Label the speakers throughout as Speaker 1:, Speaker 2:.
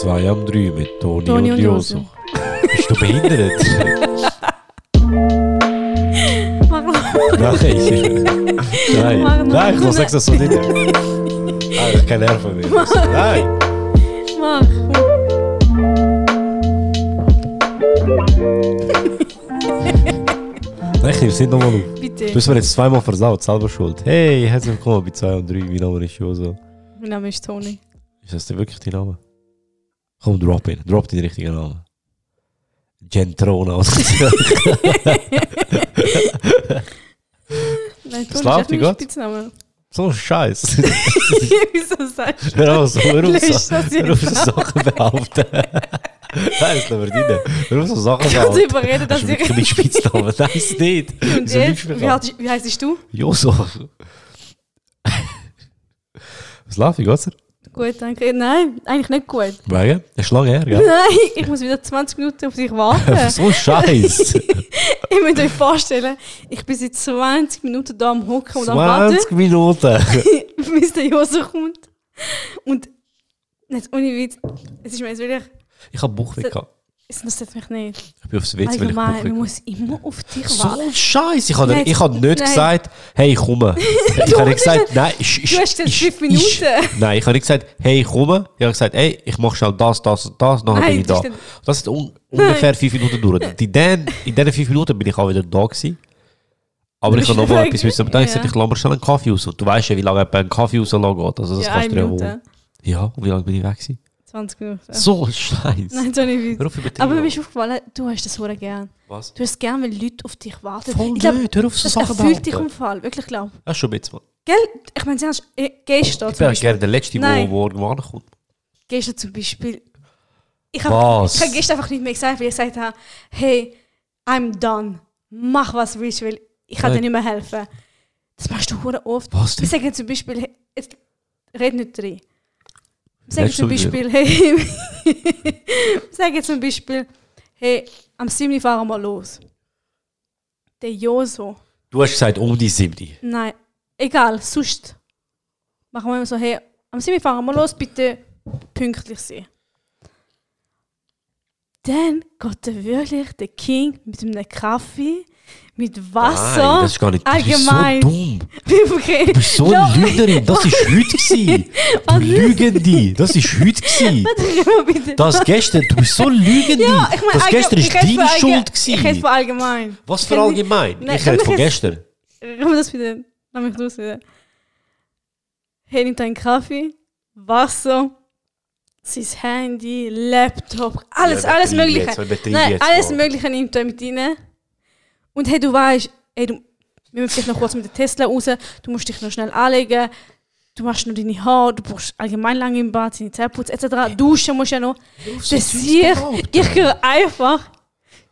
Speaker 1: Zwei am drei mit Toni,
Speaker 2: Toni
Speaker 1: und
Speaker 2: und
Speaker 1: Joso.
Speaker 2: Joso.
Speaker 1: Bist du behindert? Nein. Nein.
Speaker 2: Machen wir
Speaker 1: Nein, ich
Speaker 2: noch
Speaker 1: lasse
Speaker 2: eine-
Speaker 1: das so nicht. Ah, Nein, ich habe keine Nerven mehr. Nein.
Speaker 2: Mach.
Speaker 1: Nein, ich nehme es nicht nochmal auf.
Speaker 2: Bitte.
Speaker 1: Du hast mir jetzt zweimal versaut, selber schuld. Hey, herzlich willkommen bei 2 und 3. Mein Name ist Joso.
Speaker 2: Mein Name ist Toni.
Speaker 1: Ist das denn wirklich dein Name? Komm, drop ihn. Drop deinen richtigen Namen. Gentrona. oder so.
Speaker 2: Nein,
Speaker 1: Das läuft,
Speaker 2: Toni
Speaker 1: wie
Speaker 2: ist echt mein
Speaker 1: geht's?
Speaker 2: Spitzname.
Speaker 1: so ein Scheiß.
Speaker 2: Wieso sagst du
Speaker 1: Hör auf, so, hör auf,
Speaker 2: Lösch
Speaker 1: so,
Speaker 2: das jetzt
Speaker 1: hör auf so
Speaker 2: raus.
Speaker 1: Sachen behaupten. Nein, das lassen wir rein. Hör auf, so Sachen
Speaker 2: Ich kann
Speaker 1: behaupten.
Speaker 2: dich überreden, dass
Speaker 1: Das ist
Speaker 2: ich...
Speaker 1: wirklich mein Spitzname. Nein, ist nicht.
Speaker 2: Und
Speaker 1: Wieso lügst
Speaker 2: jetzt,
Speaker 1: du mich
Speaker 2: wie,
Speaker 1: an?
Speaker 2: alt, wie heisst du?
Speaker 1: Joso. Was läuft, wie geht's dir?
Speaker 2: Gut, danke. Nein, eigentlich nicht gut.
Speaker 1: Wegen? Es ist lange her, gell?
Speaker 2: Nein, ich muss wieder 20 Minuten auf dich
Speaker 1: Auf
Speaker 2: warten.
Speaker 1: so ein Scheiß.
Speaker 2: ich muss euch vorstellen, ich bin seit 20 Minuten da am Hocken und am Warten,
Speaker 1: 20 Minuten.
Speaker 2: bis der Jose kommt. Und... Nicht ohne Witz. Es ist mir jetzt wirklich...
Speaker 1: Ich habe Bauchweh gehabt.
Speaker 2: Es interessiert mich nicht.
Speaker 1: Ich bin aufs
Speaker 2: Also
Speaker 1: WC, weil ich
Speaker 2: Allgemein, man
Speaker 1: Bauchweh
Speaker 2: muss immer auf dich
Speaker 1: So
Speaker 2: warten.
Speaker 1: ein Scheiß. Ich habe
Speaker 2: Nein,
Speaker 1: ich hab nicht
Speaker 2: nein.
Speaker 1: gesagt, hey, komme. Ich habe nicht gesagt, nein, ich, ich,
Speaker 2: Du hast jetzt
Speaker 1: ich-
Speaker 2: fünf
Speaker 1: ich-
Speaker 2: Minuten.
Speaker 1: nein, ich habe nicht gesagt, hey, komme. Ich habe gesagt, hey, ich mache schnell das, das und das, nachher
Speaker 2: Nein,
Speaker 1: bin ich
Speaker 2: das
Speaker 1: da.
Speaker 2: ist dann-
Speaker 1: Das hat un, ungefähr fünf Minuten gedauert. In, den, in diesen fünf Minuten bin ich auch wieder da gewesen. Aber
Speaker 2: Du
Speaker 1: ich habe noch
Speaker 2: bist
Speaker 1: mal
Speaker 2: weg.
Speaker 1: etwas wissen. Aber dann habe ich gesagt,
Speaker 2: Ja.
Speaker 1: ich lasse mir schnell einen Kaffee raus. Und du weißt ja, wie lange jemand einen Kaffee rauslassen geht. Also, das
Speaker 2: ja,
Speaker 1: kannst du
Speaker 2: eine
Speaker 1: dir ja wohl.
Speaker 2: Minute.
Speaker 1: Ja, und wie lange bin ich weg gewesen?
Speaker 2: 20 Minuten.
Speaker 1: So ein Scheiß.
Speaker 2: Nein, so nicht
Speaker 1: Hör
Speaker 2: weit.
Speaker 1: auf, übertrieben.
Speaker 2: Aber mir ist aufgefallen, du hast das sehr gern.
Speaker 1: Was?
Speaker 2: Du hast gern, wenn Leute auf dich warten.
Speaker 1: Voll
Speaker 2: ich glaub,
Speaker 1: nicht, hör auf so
Speaker 2: das
Speaker 1: Sachen
Speaker 2: erfüllt dich
Speaker 1: behaupten.
Speaker 2: im Fall. Wirklich, glaub.
Speaker 1: Ja, schon ein bisschen.
Speaker 2: Gell? Ich meine, siehst du, äh, gestern
Speaker 1: Ich bin
Speaker 2: zum
Speaker 1: auch
Speaker 2: Beispiel.
Speaker 1: gerne der Letzte, der
Speaker 2: Nein.
Speaker 1: wo morgen kommt.
Speaker 2: Gestern zum Beispiel. Ich habe
Speaker 1: Was?
Speaker 2: ich hab gestern einfach nicht mehr gesagt, weil ich gesagt habe, hey, I'm done. Mach was du willst, weil ich kann dir
Speaker 1: Nein.
Speaker 2: nicht mehr helfen. Das machst du hure oft.
Speaker 1: Was
Speaker 2: Wir
Speaker 1: denn?
Speaker 2: sagen zum Beispiel, hey, jetzt red nicht drin. Wir sagen
Speaker 1: Redst
Speaker 2: zum
Speaker 1: du mit mir?
Speaker 2: Beispiel, hey, wir sagen zum Beispiel, hey, am 7. fahren wir los. Der Joso,
Speaker 1: Du hast gesagt, um die siebte.
Speaker 2: nein, egal, sonst machen wir immer so, hey, am 7. fahren wir los, bitte pünktlich sein. Dann geht der wirklich, der King, mit einem Kaffee, mit Wasser.
Speaker 1: Nein, das ist gar nicht...
Speaker 2: allgemein.
Speaker 1: Du bist so dumm.
Speaker 2: Du
Speaker 1: Du bist so eine Lügnerin. Das war heute. gewesen. Du Lügende. Das war heute. gewesen.
Speaker 2: bitte.
Speaker 1: Das gestern. Du bist so eine Lügende.
Speaker 2: Ja, ich meine,
Speaker 1: das gestern
Speaker 2: allgemein-
Speaker 1: ist
Speaker 2: ich rede
Speaker 1: deine
Speaker 2: von allgemein-
Speaker 1: Schuld.
Speaker 2: Ich rede
Speaker 1: gewesen.
Speaker 2: von allgemein.
Speaker 1: Was
Speaker 2: Ich
Speaker 1: für
Speaker 2: rede nicht-
Speaker 1: allgemein?
Speaker 2: Nein,
Speaker 1: ich rede
Speaker 2: komm,
Speaker 1: von
Speaker 2: ich jetzt-
Speaker 1: gestern.
Speaker 2: Lass mich das wieder. Lass mich das wieder. Hey, nimmt einen Kaffee, Wasser, sein Handy, Laptop, alles,
Speaker 1: Ja,
Speaker 2: alles
Speaker 1: übertrieb
Speaker 2: Mögliche.
Speaker 1: jetzt, übertrieb
Speaker 2: Nein,
Speaker 1: jetzt
Speaker 2: alles
Speaker 1: mal.
Speaker 2: Mögliche nimmt er mit rein. Und hey, du weißt, hey, du, wir müssen vielleicht noch kurz mit der Tesla raus, du musst dich noch schnell anlegen, du machst noch deine Haare, du brauchst allgemein lange im Bad, deine Zähneputz etc. Duschen musst ja noch. Das sehe ich, ich höre einfach,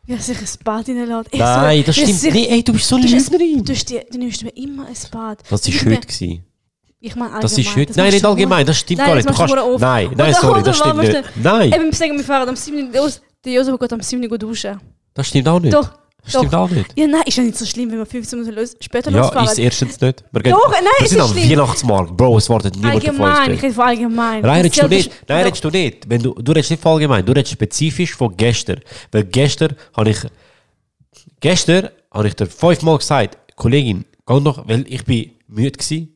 Speaker 2: wie er sich ein Bad reinlässt. Ich so,
Speaker 1: Nein, das
Speaker 2: wie er
Speaker 1: stimmt
Speaker 2: sich-
Speaker 1: nicht. Ey, du bist so eine
Speaker 2: Du, hast,
Speaker 1: Lügnerin.
Speaker 2: du, hast die, du nimmst mir immer ein Bad.
Speaker 1: Das
Speaker 2: Ich
Speaker 1: war
Speaker 2: bin-
Speaker 1: heute. gewesen.
Speaker 2: Ich meine allgemein.
Speaker 1: Das ist heute.
Speaker 2: das
Speaker 1: Nein,
Speaker 2: machst
Speaker 1: nicht
Speaker 2: du
Speaker 1: allgemein. Das stimmt
Speaker 2: Nein,
Speaker 1: gar
Speaker 2: das
Speaker 1: nicht. Du
Speaker 2: machst
Speaker 1: kannst,
Speaker 2: du nur auf.
Speaker 1: nein,
Speaker 2: Und
Speaker 1: nein,
Speaker 2: dann
Speaker 1: sorry,
Speaker 2: kommt
Speaker 1: das
Speaker 2: der
Speaker 1: stimmt
Speaker 2: Mann,
Speaker 1: nicht.
Speaker 2: weißt nur-
Speaker 1: Nein,
Speaker 2: Eben, wir sagen, wir fahren am 7. los. Der Josef geht am 7. Uhr duschen.
Speaker 1: das stimmt auch nicht.
Speaker 2: Doch,
Speaker 1: Das stimmt
Speaker 2: doch.
Speaker 1: auch nicht.
Speaker 2: Ja, nein, ist ja nicht so schlimm, wenn wir 15 Minuten los, später
Speaker 1: Ja,
Speaker 2: losfahren.
Speaker 1: ist erstens nicht. Wir, gehen,
Speaker 2: Doch, nein,
Speaker 1: wir
Speaker 2: es
Speaker 1: sind
Speaker 2: ist
Speaker 1: am
Speaker 2: schlimm.
Speaker 1: Weihnachtsmarkt, Bro, es wartet niemand auf uns.
Speaker 2: allgemein, ich rede von
Speaker 1: Nein,
Speaker 2: allgemein. Das
Speaker 1: redest du
Speaker 2: zählt
Speaker 1: nicht.
Speaker 2: das-
Speaker 1: Nein,
Speaker 2: Doch.
Speaker 1: redest du nicht. Wenn du, du redest nicht von allgemein, du redest spezifisch von gestern. Weil gestern habe ich. Gestern habe ich dir fünfmal gesagt, Kollegin, geh noch, weil ich bin müde war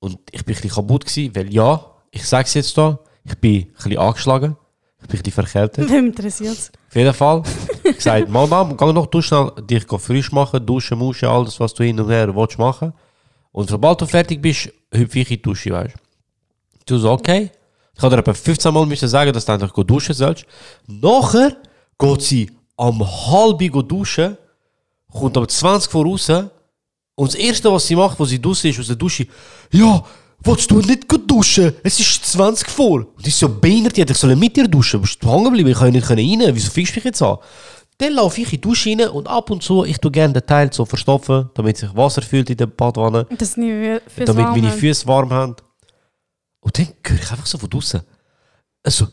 Speaker 1: und ich bin ein bisschen kaputt gewesen, weil ja, ich sage es jetzt da, ich bin ein bisschen angeschlagen, ich bin ein bisschen verkältet.
Speaker 2: Wem interessiert es?
Speaker 1: Auf jeden Fall. Ich gesagt, Madame, geh noch du schnell dich frisch machen, duschen, muschen, alles, was du hin und her willst machen. Und sobald du fertig bist, hüpf ich in die Dusche, weißt du. Du so, okay. Ich habe dir etwa 15 Mal müssen sagen, dass du eigentlich go duschen sollst. Nachher geht sie am halb go duschen, kommt um 20 vor raus und das Erste, was sie macht, wo sie draußen ist, aus der Dusche, ja, willst du nicht gut duschen? Es ist 20 vor. Und ich so, behindert, ich hätte ich soll mit dir duschen. Bist du hängen geblieben? Ich kann ja nicht rein. Wieso fickst du mich jetzt an? Dann laufe ich in die Dusche rein und ab und zu, ich tue gerne den Teil so verstopfen, damit sich Wasser fühlt in der Badwanne,
Speaker 2: Das ist nicht für- fürs
Speaker 1: damit meine
Speaker 2: Warmen.
Speaker 1: Füße warm haben. Und dann höre ich einfach so von draußen. Also,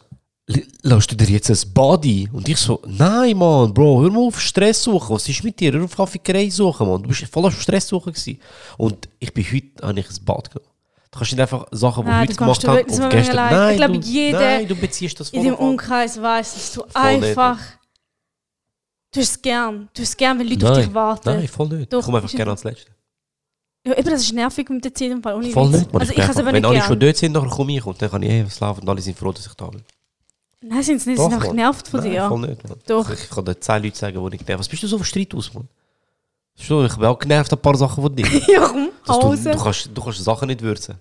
Speaker 1: l- lässt du dir jetzt ein Body? Und ich so, nein, Mann, Bro, hör mal auf Stress suchen. Was ist mit dir? Hör auf Haffikerei suchen, Mann. Du bist voll auf Stress suchen. Gewesen. Und ich bin heute, habe ich ein Bad genommen. Da kannst nicht einfach Sachen, die
Speaker 2: Nein,
Speaker 1: heute
Speaker 2: das
Speaker 1: gemacht
Speaker 2: machst du
Speaker 1: haben,
Speaker 2: wirklich,
Speaker 1: auf
Speaker 2: das tut mir
Speaker 1: gestern.
Speaker 2: leid.
Speaker 1: Nein,
Speaker 2: Ich glaube,
Speaker 1: du,
Speaker 2: jeder
Speaker 1: nein, du beziehst das
Speaker 2: in
Speaker 1: voll
Speaker 2: dem
Speaker 1: auf andere.
Speaker 2: Umkreis weiss, dass du
Speaker 1: nicht, ne?
Speaker 2: einfach. Du hast es gern. Du hast es gern, wenn Leute auf
Speaker 1: Nein,
Speaker 2: dich warten.
Speaker 1: Nein, voll nicht.
Speaker 2: Doch,
Speaker 1: ich komme einfach
Speaker 2: ist-
Speaker 1: gerne als Letzte.
Speaker 2: Ja, eben, das ist nervig mit der Zeit im Fall. Ohne
Speaker 1: Voll
Speaker 2: Witz.
Speaker 1: nicht. Mann,
Speaker 2: Also,
Speaker 1: ich
Speaker 2: ich
Speaker 1: bin
Speaker 2: kann es
Speaker 1: einfach-
Speaker 2: aber
Speaker 1: wenn
Speaker 2: nicht
Speaker 1: alle schon
Speaker 2: gern.
Speaker 1: dort sind, dann komme ich und dann kann ich eh schlafen und alle sind froh, dass ich da bin.
Speaker 2: Nein, sind sie nicht. Sie
Speaker 1: Doch,
Speaker 2: sind einfach
Speaker 1: Mann.
Speaker 2: genervt von
Speaker 1: Nein,
Speaker 2: dir.
Speaker 1: voll nicht. Mann.
Speaker 2: Doch.
Speaker 1: Ich kann dir zehn Leute sagen, die ich nervt. Was bist du so auf Streit aus, Mann? Verstehst du, ich bin auch genervt an ein paar Sachen von dir.
Speaker 2: Jochen,
Speaker 1: Dass du,
Speaker 2: Hause.
Speaker 1: du, kannst, du kannst Sachen nicht würzen.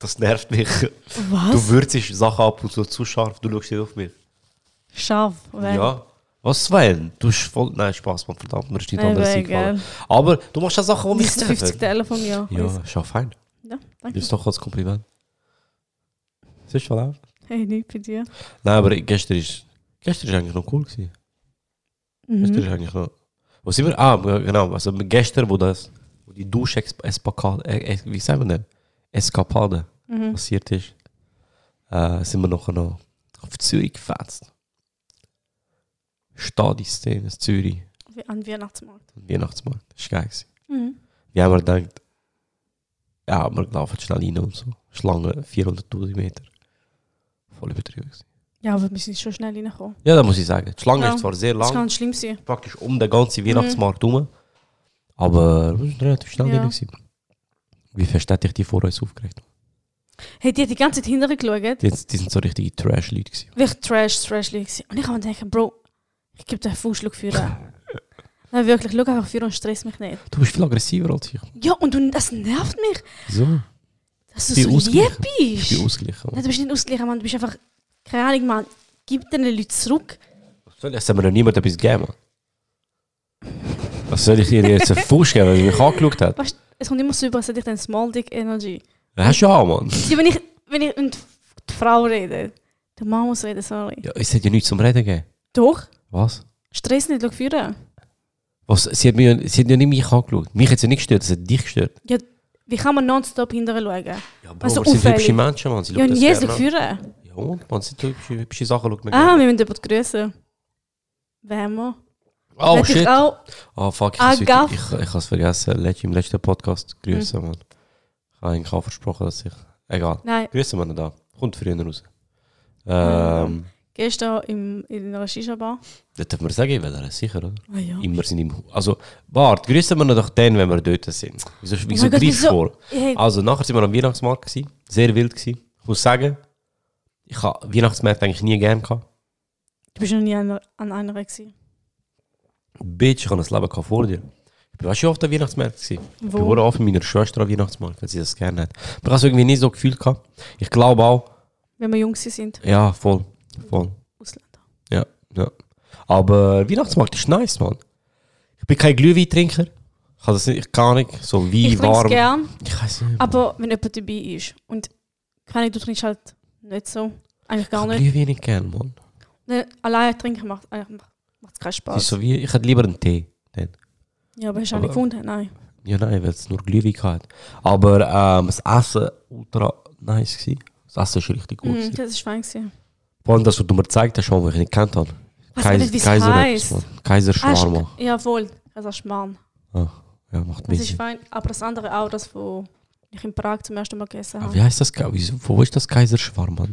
Speaker 1: Das nervt mich. Du
Speaker 2: Was?
Speaker 1: würzest Sachen ab und zu zu scharf, du schaust nicht auf mich.
Speaker 2: Scharf. weil-
Speaker 1: Ja. Was, Sven? Du bist voll... Nein, Spaß, Mann, verdammt, mir ist nicht
Speaker 2: Nein,
Speaker 1: anderes
Speaker 2: wäre
Speaker 1: eingefallen. Aber du machst ja Sachen, die mich
Speaker 2: Nicht
Speaker 1: nerven.
Speaker 2: 50 Teile von mir.
Speaker 1: Ja, schau fein.
Speaker 2: ja
Speaker 1: Nimm
Speaker 2: danke.
Speaker 1: es doch als Kompliment. Siehst du, voilà.
Speaker 2: Hey, nicht bei dir.
Speaker 1: Nein, aber gestern ist... Gestern ist eigentlich noch cool gewesen. Gestern
Speaker 2: Mhm.
Speaker 1: ist eigentlich noch. Wo sind wir? Ah, ja, genau. Also gestern, wo das, wo die Dusch-Eskapade, äh, äh, wie sagen wir denn? Eskapade
Speaker 2: Mhm.
Speaker 1: passiert ist, äh, sind wir nachher noch auf Zürich gefetzt. Stadiszene, Zürich,
Speaker 2: Wie- An Weihnachtsmarkt.
Speaker 1: Weihnachtsmarkt. Das war geil. gewesen.
Speaker 2: Mhm.
Speaker 1: Wir haben mir gedacht, ja, wir laufen schnell rein und so. Schlange 400.000 Meter. Voll übertrieben. gewesen.
Speaker 2: Ja, aber wir müssen schon schnell reinkommen.
Speaker 1: Ja, da muss ich sagen. Die Schlange
Speaker 2: Ja.
Speaker 1: ist zwar sehr
Speaker 2: Das
Speaker 1: lang,
Speaker 2: kann schlimm sein.
Speaker 1: praktisch um den ganzen Weihnachtsmarkt herum. Aber wir sind relativ schnell
Speaker 2: Mhm. Ja.
Speaker 1: ja. gewesen. Wie versteht dich die vor uns aufgeregt?
Speaker 2: Hey, die hat die ganze Zeit hinterher geschaut.
Speaker 1: Die, die sind so richtige Trash-Leute gewesen.
Speaker 2: Wirklich trash, trash gewesen. Und ich habe mir gedacht, Bro, ich gebe dir einen Fußschlag für den. Nein, wirklich, schau einfach für und stress mich nicht.
Speaker 1: Du bist viel aggressiver als ich.
Speaker 2: Ja, und du, das nervt mich,
Speaker 1: Wieso?
Speaker 2: dass du
Speaker 1: Ich bin
Speaker 2: so lieb
Speaker 1: ausgeglichen. Ich bin
Speaker 2: bist.
Speaker 1: ausgeglichen.
Speaker 2: Nein, du bist nicht ausgeglichen, Mann. Du bist einfach, keine Ahnung, Mann. Gib den Leuten zurück.
Speaker 1: Was soll ich? Es hat mir noch niemand etwas gegeben. Was soll ich dir jetzt einen Fuß geben, weil sie mich angeschaut hat?
Speaker 2: Weißt, es kommt immer so über, als hätte ich dann Small Dick Energy.
Speaker 1: Hast du ja, Mann.
Speaker 2: Ja, wenn ich, wenn ich mit der Frau rede, der Mann muss reden, sorry.
Speaker 1: Ja, es hat ja nichts zum Reden gegeben.
Speaker 2: Doch,
Speaker 1: Was?
Speaker 2: Stress nicht, schau führen.
Speaker 1: Was? Sie, hat mich, sie hat ja nicht mich angeschaut. Mich hat sie nicht gestört, es hat dich gestört.
Speaker 2: Ja, wie kann man nonstop hinterher schauen?
Speaker 1: Ja,
Speaker 2: Also
Speaker 1: aber sie sind
Speaker 2: auffällig.
Speaker 1: hübsche Menschen, Mann. Sie
Speaker 2: Ja,
Speaker 1: schauen das
Speaker 2: und jetzt schau
Speaker 1: gerne an.
Speaker 2: führen.
Speaker 1: Ja, und man sind hübsche, hübsche Sachen, schaut man
Speaker 2: Ah, wir müssen jemanden grüßen. Wem auch?
Speaker 1: Oh
Speaker 2: Hätte ich
Speaker 1: shit!
Speaker 2: auch
Speaker 1: Oh fuck, ich
Speaker 2: Ah,
Speaker 1: hab's
Speaker 2: gaff.
Speaker 1: heute- ich, ich habe es vergessen. Letzt, Im letzten Podcast grüßen,
Speaker 2: Mhm.
Speaker 1: Mann. Ich habe eigentlich auch versprochen, dass ich. Egal.
Speaker 2: Nein,
Speaker 1: Grüßen wir ihn da. Kommt früher raus. Ähm,
Speaker 2: gestern im, in einer Shisha-Bar.
Speaker 1: das darf man sagen, weil er ist sicher, oder?
Speaker 2: Ah ja.
Speaker 1: Immer sind im. Also, warte, grüßen wir ihn doch dann, wenn wir dort sind. Wieso, wieso
Speaker 2: Oh mein Gott,
Speaker 1: greifst du
Speaker 2: wieso?
Speaker 1: vor?
Speaker 2: Hey,
Speaker 1: Also, nachher sind wir am Weihnachtsmarkt. Gewesen, sehr wild. Gewesen. Ich muss sagen, ich habe Weihnachtsmärkte eigentlich nie gern gehabt.
Speaker 2: du bist noch nie an, an einer gewesen.
Speaker 1: Bitch, ich habe das Leben gehabt vor dir. Ich bin weißt du, wie oft an Weihnachtsmärkten. gewesen? Ich
Speaker 2: Wo?
Speaker 1: wurde auch von meiner Schwester an Weihnachtsmarkt, weil sie das gerne hat. Aber ich habe es irgendwie nie so gefühlt gehabt. Ich glaube auch,
Speaker 2: Wenn wir jung gewesen sind.
Speaker 1: ja, voll, voll,
Speaker 2: Ausländer.
Speaker 1: ja, ja. Aber Weihnachtsmarkt ist nice, Mann. Ich bin kein Glühweintrinker. Ich kann das nicht, ich kann nicht, so
Speaker 2: Ich,
Speaker 1: wie
Speaker 2: trinke es
Speaker 1: warm.
Speaker 2: gern,
Speaker 1: Ich weiß
Speaker 2: Ah,
Speaker 1: nicht. Mann.
Speaker 2: aber wenn jemand dabei ist. Und keine Ahnung, du trinkst halt nicht so. Eigentlich
Speaker 1: ich
Speaker 2: gar
Speaker 1: kann
Speaker 2: nicht.
Speaker 1: Glühwein nicht gern, Mann.
Speaker 2: Ne, allein trinken macht eigentlich macht keinen
Speaker 1: Das Ist
Speaker 2: Spaß.
Speaker 1: so wie, ich hätte lieber einen Tee.
Speaker 2: Ja, aber hast du auch nicht
Speaker 1: Aber-
Speaker 2: gefunden? Nein.
Speaker 1: Ja, nein, weil es nur Glühwein hat. Aber ähm, das Essen ultra nice gewesen. Das Essen ist richtig gut.
Speaker 2: Mhm,
Speaker 1: gewesen.
Speaker 2: das ist fein. gewesen.
Speaker 1: Vor allem, dass du mir gezeigt hast, was ich nicht kennt habe.
Speaker 2: Weiß aber nicht, wie es heisst.
Speaker 1: Kaiser
Speaker 2: Ah,
Speaker 1: Schwarma.
Speaker 2: ist- Jawohl, das ist Schmarrn.
Speaker 1: Ja, macht
Speaker 2: Das ist
Speaker 1: mich.
Speaker 2: fein. Aber das andere auch, das, wo ich in Prag zum ersten Mal gegessen
Speaker 1: Ah,
Speaker 2: habe.
Speaker 1: wie heißt das? Ka- Wieso, wo ist das Kaiserschwarma?